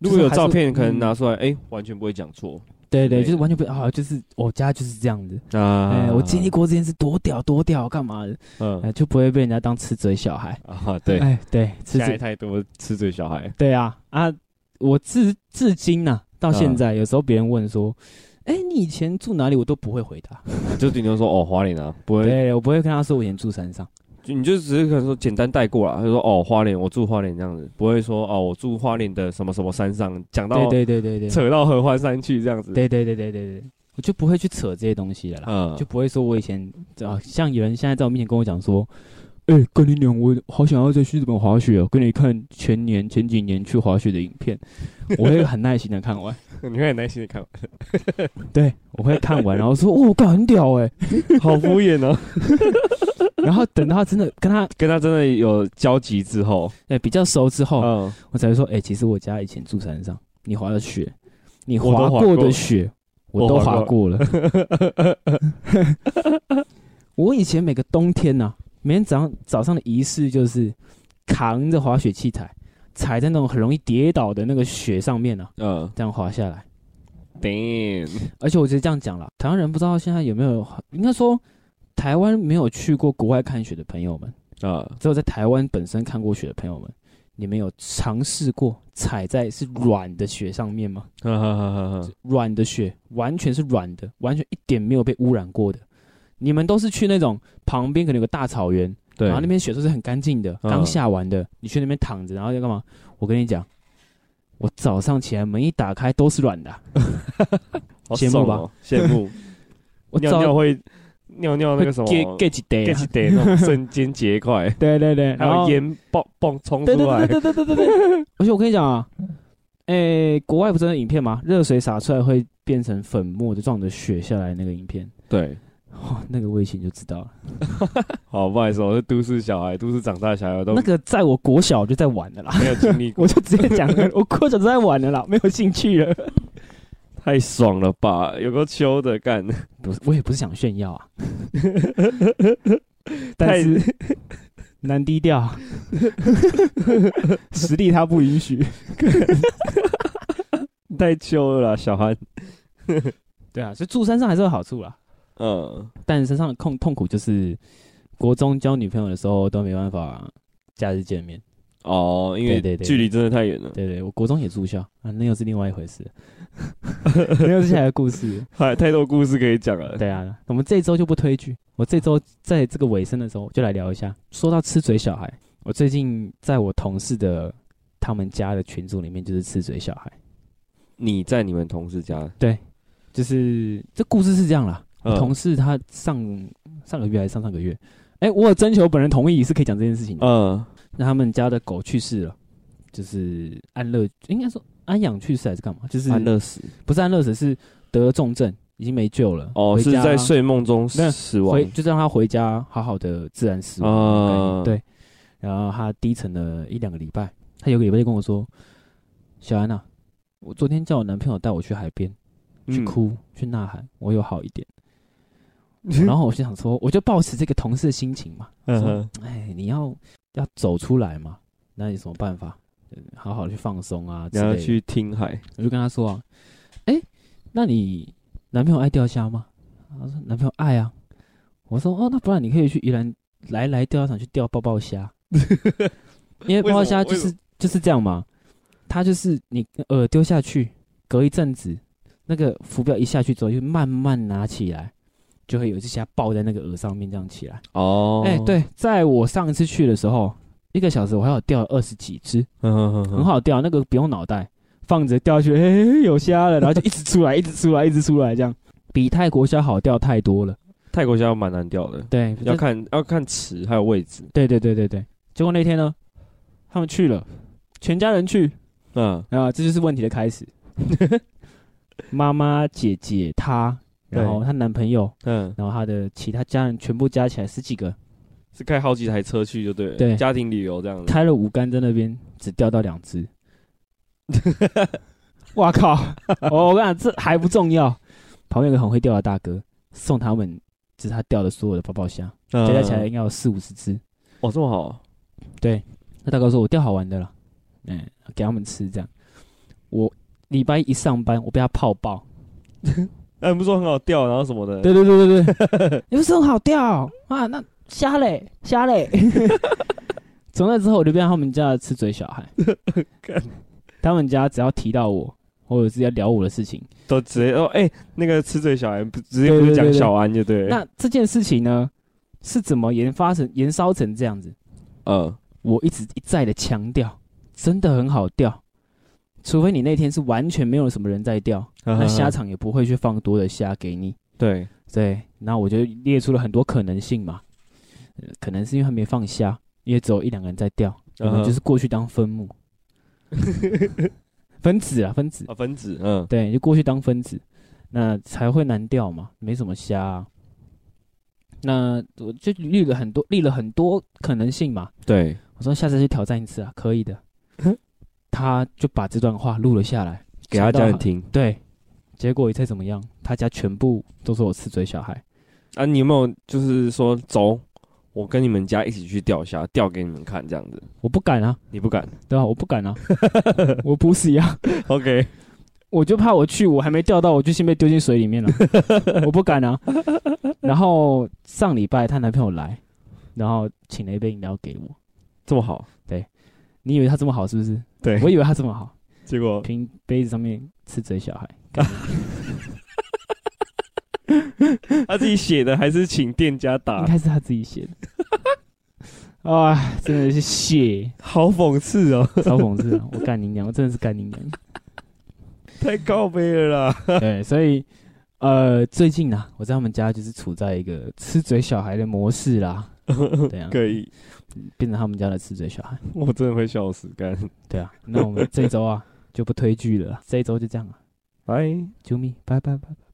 Speaker 3: 如果
Speaker 2: 就是
Speaker 3: 有
Speaker 2: 还
Speaker 3: 照
Speaker 2: 是
Speaker 3: 片，可能
Speaker 2: 嗯
Speaker 3: 拿出来，哎、完全不会讲错
Speaker 2: 对对，
Speaker 3: 对
Speaker 2: 就是完全不啊，就是我家就是这样子。
Speaker 3: 啊
Speaker 2: 哎，我经历，过这件事多屌多屌，干嘛的？
Speaker 3: 嗯
Speaker 2: 哎，就不会被人家当吃嘴小孩。
Speaker 3: 啊，对，
Speaker 2: 哎，对，吃
Speaker 3: 现
Speaker 2: 嘴
Speaker 3: 在太多吃嘴小孩，
Speaker 2: 对啊，啊，我至至今呐、到
Speaker 3: 嗯
Speaker 2: 现在，有时候别人问说，哎、你以前住哪里？我都不会回答，
Speaker 3: 就顶多说哦，华联啊，不会
Speaker 2: 对我不会跟他说我以前住山上，
Speaker 3: 就你就只是可能说简单带过啦，就说哦花莲，我住花莲这样子，不会说哦我住花莲的什么什么山上，讲到
Speaker 2: 对对对对对，
Speaker 3: 扯到合欢山去这样子。，
Speaker 2: 对对对对对对，我就不会去扯这些东西了啦，
Speaker 3: 嗯，
Speaker 2: 就不会说我以前啊，像有人现在在我面前跟我讲说。哎、跟你讲，我好想要再去日本滑雪哦！跟你看前年、前几年去滑雪的影 片，我会很耐心的看完。
Speaker 3: 你会很耐心的 看，
Speaker 2: 对，我会看完，然后说：“哦，干很屌哎、
Speaker 3: 好敷衍哦。
Speaker 2: 然后等到真的跟他
Speaker 3: 跟他真的有交集之后，
Speaker 2: 哎、比较熟之后，
Speaker 3: 嗯，
Speaker 2: 我才会说，哎、其实我家以前住山上，你滑的雪，你
Speaker 3: 我都
Speaker 2: 滑
Speaker 3: 滑
Speaker 2: 过
Speaker 3: 过
Speaker 2: 的雪，我
Speaker 3: 我
Speaker 2: 都
Speaker 3: 滑
Speaker 2: 滑过 了。我以前每个冬天呐、每天早上早上的仪式就是扛着滑雪器材，踩在那种很容易跌倒的那个雪上面啊，
Speaker 3: 嗯
Speaker 2: 这样滑下来。
Speaker 3: ，damn，
Speaker 2: 而且我觉得这样讲了，台湾人不知道现在有没有，应该说台湾没有去过国外看雪的朋友们，
Speaker 3: 啊，
Speaker 2: 只有在台湾本身看过雪的朋友们，你们有尝试过踩在是软的雪上面吗？
Speaker 3: 哈哈哈哈
Speaker 2: 软的雪完全是软的，完全一点没有被污染过的。你们都是去那种旁边可能有个大草原，
Speaker 3: 对，
Speaker 2: 然后那边雪都是很干净的，
Speaker 3: 嗯
Speaker 2: 刚下完的，你去那边躺着，然后要干嘛？我跟你讲，我早上起来门一打开都是软的啊、
Speaker 3: 好
Speaker 2: 羡慕
Speaker 3: 爽
Speaker 2: 吧
Speaker 3: 哦，羡慕，
Speaker 2: 我
Speaker 3: 尿
Speaker 2: 早
Speaker 3: 尿会尿尿那个什么
Speaker 2: 会 get get 几 day 啊
Speaker 3: get 起得那种瞬间结块，
Speaker 2: 对对对，
Speaker 3: 还
Speaker 2: 然
Speaker 3: 有
Speaker 2: 后
Speaker 3: 烟爆蹦冲
Speaker 2: 对
Speaker 3: 出
Speaker 2: 对
Speaker 3: 来
Speaker 2: 对，对对对对对 对。而且我跟你讲啊，诶，国外不是有影片吗？热水洒出来会变成粉末，就撞着雪下来那个影片，
Speaker 3: 对，
Speaker 2: 哦，那个我以前就知道了，
Speaker 3: 好，不好意思，我是都市小孩，都市长大的小孩，我都
Speaker 2: 那个在我国小就在玩的啦，
Speaker 3: 没有经历过，
Speaker 2: 我就直接讲 了，我国小就在玩的啦，没有兴趣了。
Speaker 3: 太爽了吧？有个秋的 干，
Speaker 2: 不是，我也不是想炫耀 啊，但是难低调，啊 实力他不允许。
Speaker 3: 太秋了啦，小孩。
Speaker 2: 对啊，所以住山上还是有好处啦，
Speaker 3: 嗯，
Speaker 2: 但身上的痛痛苦就是国中交女朋友的时候都没办法假日见面。
Speaker 3: 哦，因为
Speaker 2: 对对对
Speaker 3: 距离真的太远 了，
Speaker 2: 对对，我国中也住校啊，那又是另外一回事，啊那又是下一个故 事。
Speaker 3: 太太多故事可以讲了。
Speaker 2: 对啊，我们这一周就不推剧，我这周在这个尾声的时候就来聊一下。说到吃嘴小孩，我最近在我同事的他们家的群组里面就是吃嘴小孩，
Speaker 3: 你在你们同事家，
Speaker 2: 就是这故事是这样啦。我
Speaker 3: 嗯
Speaker 2: 同事他上上个月还是上上个月，哎、我有征求本人同意是可以讲这件事情的。
Speaker 3: 嗯，
Speaker 2: 那他们家的狗去世了，就是安乐，应该说安养去世还是干嘛？就是
Speaker 3: 安乐死
Speaker 2: 不是安乐死，是得了重症，已经没救了。
Speaker 3: 哦，
Speaker 2: 回
Speaker 3: 是
Speaker 2: 家
Speaker 3: 在睡梦中死
Speaker 2: 那
Speaker 3: 死亡
Speaker 2: 回，就是让他回家好好的自然死亡。
Speaker 3: 啊，
Speaker 2: 对，然后他低沉了一两个礼拜，他有个礼拜就跟我说：“小安呐、啊我昨天叫我男朋友带我去海边，
Speaker 3: 嗯
Speaker 2: 去哭，去呐喊，我有好一 点。”然后我就想说，我就抱持这个同事的心情嘛，
Speaker 3: 嗯
Speaker 2: 说
Speaker 3: 哼，
Speaker 2: 哎，你要要走出来嘛，那有什么办法？呃好好地去放松啊，之
Speaker 3: 然后
Speaker 2: 类的
Speaker 3: 去听海，
Speaker 2: 我就跟他说啊，哎、那你男朋友爱钓虾吗？他说男朋友爱啊。我说哦，那不然你可以去宜兰来来钓虾场去钓抱抱 虾，因为抱抱虾就
Speaker 3: 为什
Speaker 2: 是就是这样嘛，它就是你饵丢下去，隔一阵子，那个浮标一下去之后，就慢慢拿起来，就会有一只虾抱在那个饵上面这样起来。
Speaker 3: 哦，
Speaker 2: 哎、，对，在我上一次去的时候，一个小时我还有钓了二十几只，
Speaker 3: 嗯
Speaker 2: 很
Speaker 3: 很，
Speaker 2: 好钓，那个不用脑袋，放着钓下去， 嘿、有虾了，然后就一直出来，一直出来，一直出来，这样比泰国虾好钓太多了。
Speaker 3: 泰国虾蛮难钓的，
Speaker 2: 对，
Speaker 3: 要
Speaker 2: 就
Speaker 3: 看要看池还有位置，
Speaker 2: 对对对对对。结果那天呢，他们去了，全家人去
Speaker 3: 嗯，
Speaker 2: 啊，这就是问题的开始。 妈妈、姐姐、她，然后她男朋友，
Speaker 3: 嗯，
Speaker 2: 然后她的其他家人全部加起来十几个，
Speaker 3: 是开好几台车去就对了，
Speaker 2: 对
Speaker 3: 家庭旅游这样子。
Speaker 2: 开了五杆在那边，只钓到两只。 哇 靠！哦我我跟你讲，这还不重要。旁边有个很会钓的大哥，送他们就是他钓的所有的泡泡虾，
Speaker 3: 嗯
Speaker 2: 加加起来应该有四五十只。
Speaker 3: 哦，这么好，
Speaker 2: 那大哥说：“我钓好玩的了，嗯，给他们吃这样。”我礼拜一上班，我被他泡爆。
Speaker 3: 那你不是说很好钓，然后什么的？
Speaker 2: 对对对对对， 你们是很好钓啊？那虾嘞，虾 嘞。从那之后，我就变成他们家的吃嘴小孩
Speaker 3: 干。
Speaker 2: 他们家只要提到我，或者是要聊我的事情，
Speaker 3: 都直接哦，哎、那个吃嘴小孩不直接
Speaker 2: 对
Speaker 3: 不是
Speaker 2: 对对
Speaker 3: 讲
Speaker 2: 对
Speaker 3: 小安就对了。
Speaker 2: 那这件事情呢，是怎么研发成、延烧成这样子？
Speaker 3: 嗯，
Speaker 2: 我一直一再的强调，真的很好钓，除非你那天是完全没有什么人在钓，
Speaker 3: 啊
Speaker 2: 那虾场也不会去放多的虾给你。
Speaker 3: 对，
Speaker 2: 对，那我就列出了很多可能性嘛，呃可能是因为他没放虾，因为只有一两个人在钓，我
Speaker 3: 嗯
Speaker 2: 们
Speaker 3: 哼
Speaker 2: 就是过去当分母、分子啊，分子，
Speaker 3: 啊分子，嗯
Speaker 2: 对，就过去当分子，那才会难钓嘛，没什么虾、啊。那我就立了很多，立了很多可能性嘛。
Speaker 3: 对，
Speaker 2: 我说下次去挑战一次啊，可以的。他就把这段话录了下来，
Speaker 3: 给他家人听。
Speaker 2: 对。结果一猜怎么样？他家全部都说我吃嘴小孩，
Speaker 3: 啊，你有没有就是说走，我跟你们家一起去钓虾，钓给你们看这样子？
Speaker 2: 我不敢啊，
Speaker 3: 你 不敢
Speaker 2: 对吧、我不敢啊，我不是啊，
Speaker 3: ？OK，
Speaker 2: 我就怕我去，我还没钓到，我就先被丢进水里面了，我不敢啊。然后上礼拜她男朋友来，然后请了一杯饮料给我。
Speaker 3: 这么好，
Speaker 2: 你以为他这么好是不是？
Speaker 3: 对
Speaker 2: 我以为他这么好，
Speaker 3: 结果
Speaker 2: 凭杯子上面吃嘴小孩，干
Speaker 3: 他自己写的还是请店家
Speaker 2: 应
Speaker 3: 打，
Speaker 2: 该是他自己写的。啊，真的是谢，
Speaker 3: 好讽刺哦，
Speaker 2: 超讽刺啊！我干你娘，我真的是干你娘。
Speaker 3: 太高杯了啦。
Speaker 2: 对，所以呃，最近呢、我在他们家就是处在一个吃嘴小孩的模式啦，对啊，
Speaker 3: 可以，
Speaker 2: 变成他们家的吃嘴小孩。
Speaker 3: 我真的会笑死，干，
Speaker 2: 对啊，那我们这周啊就不推剧了啦，这一周就这样啊，
Speaker 3: 拜。
Speaker 2: 啾咪，拜拜拜拜。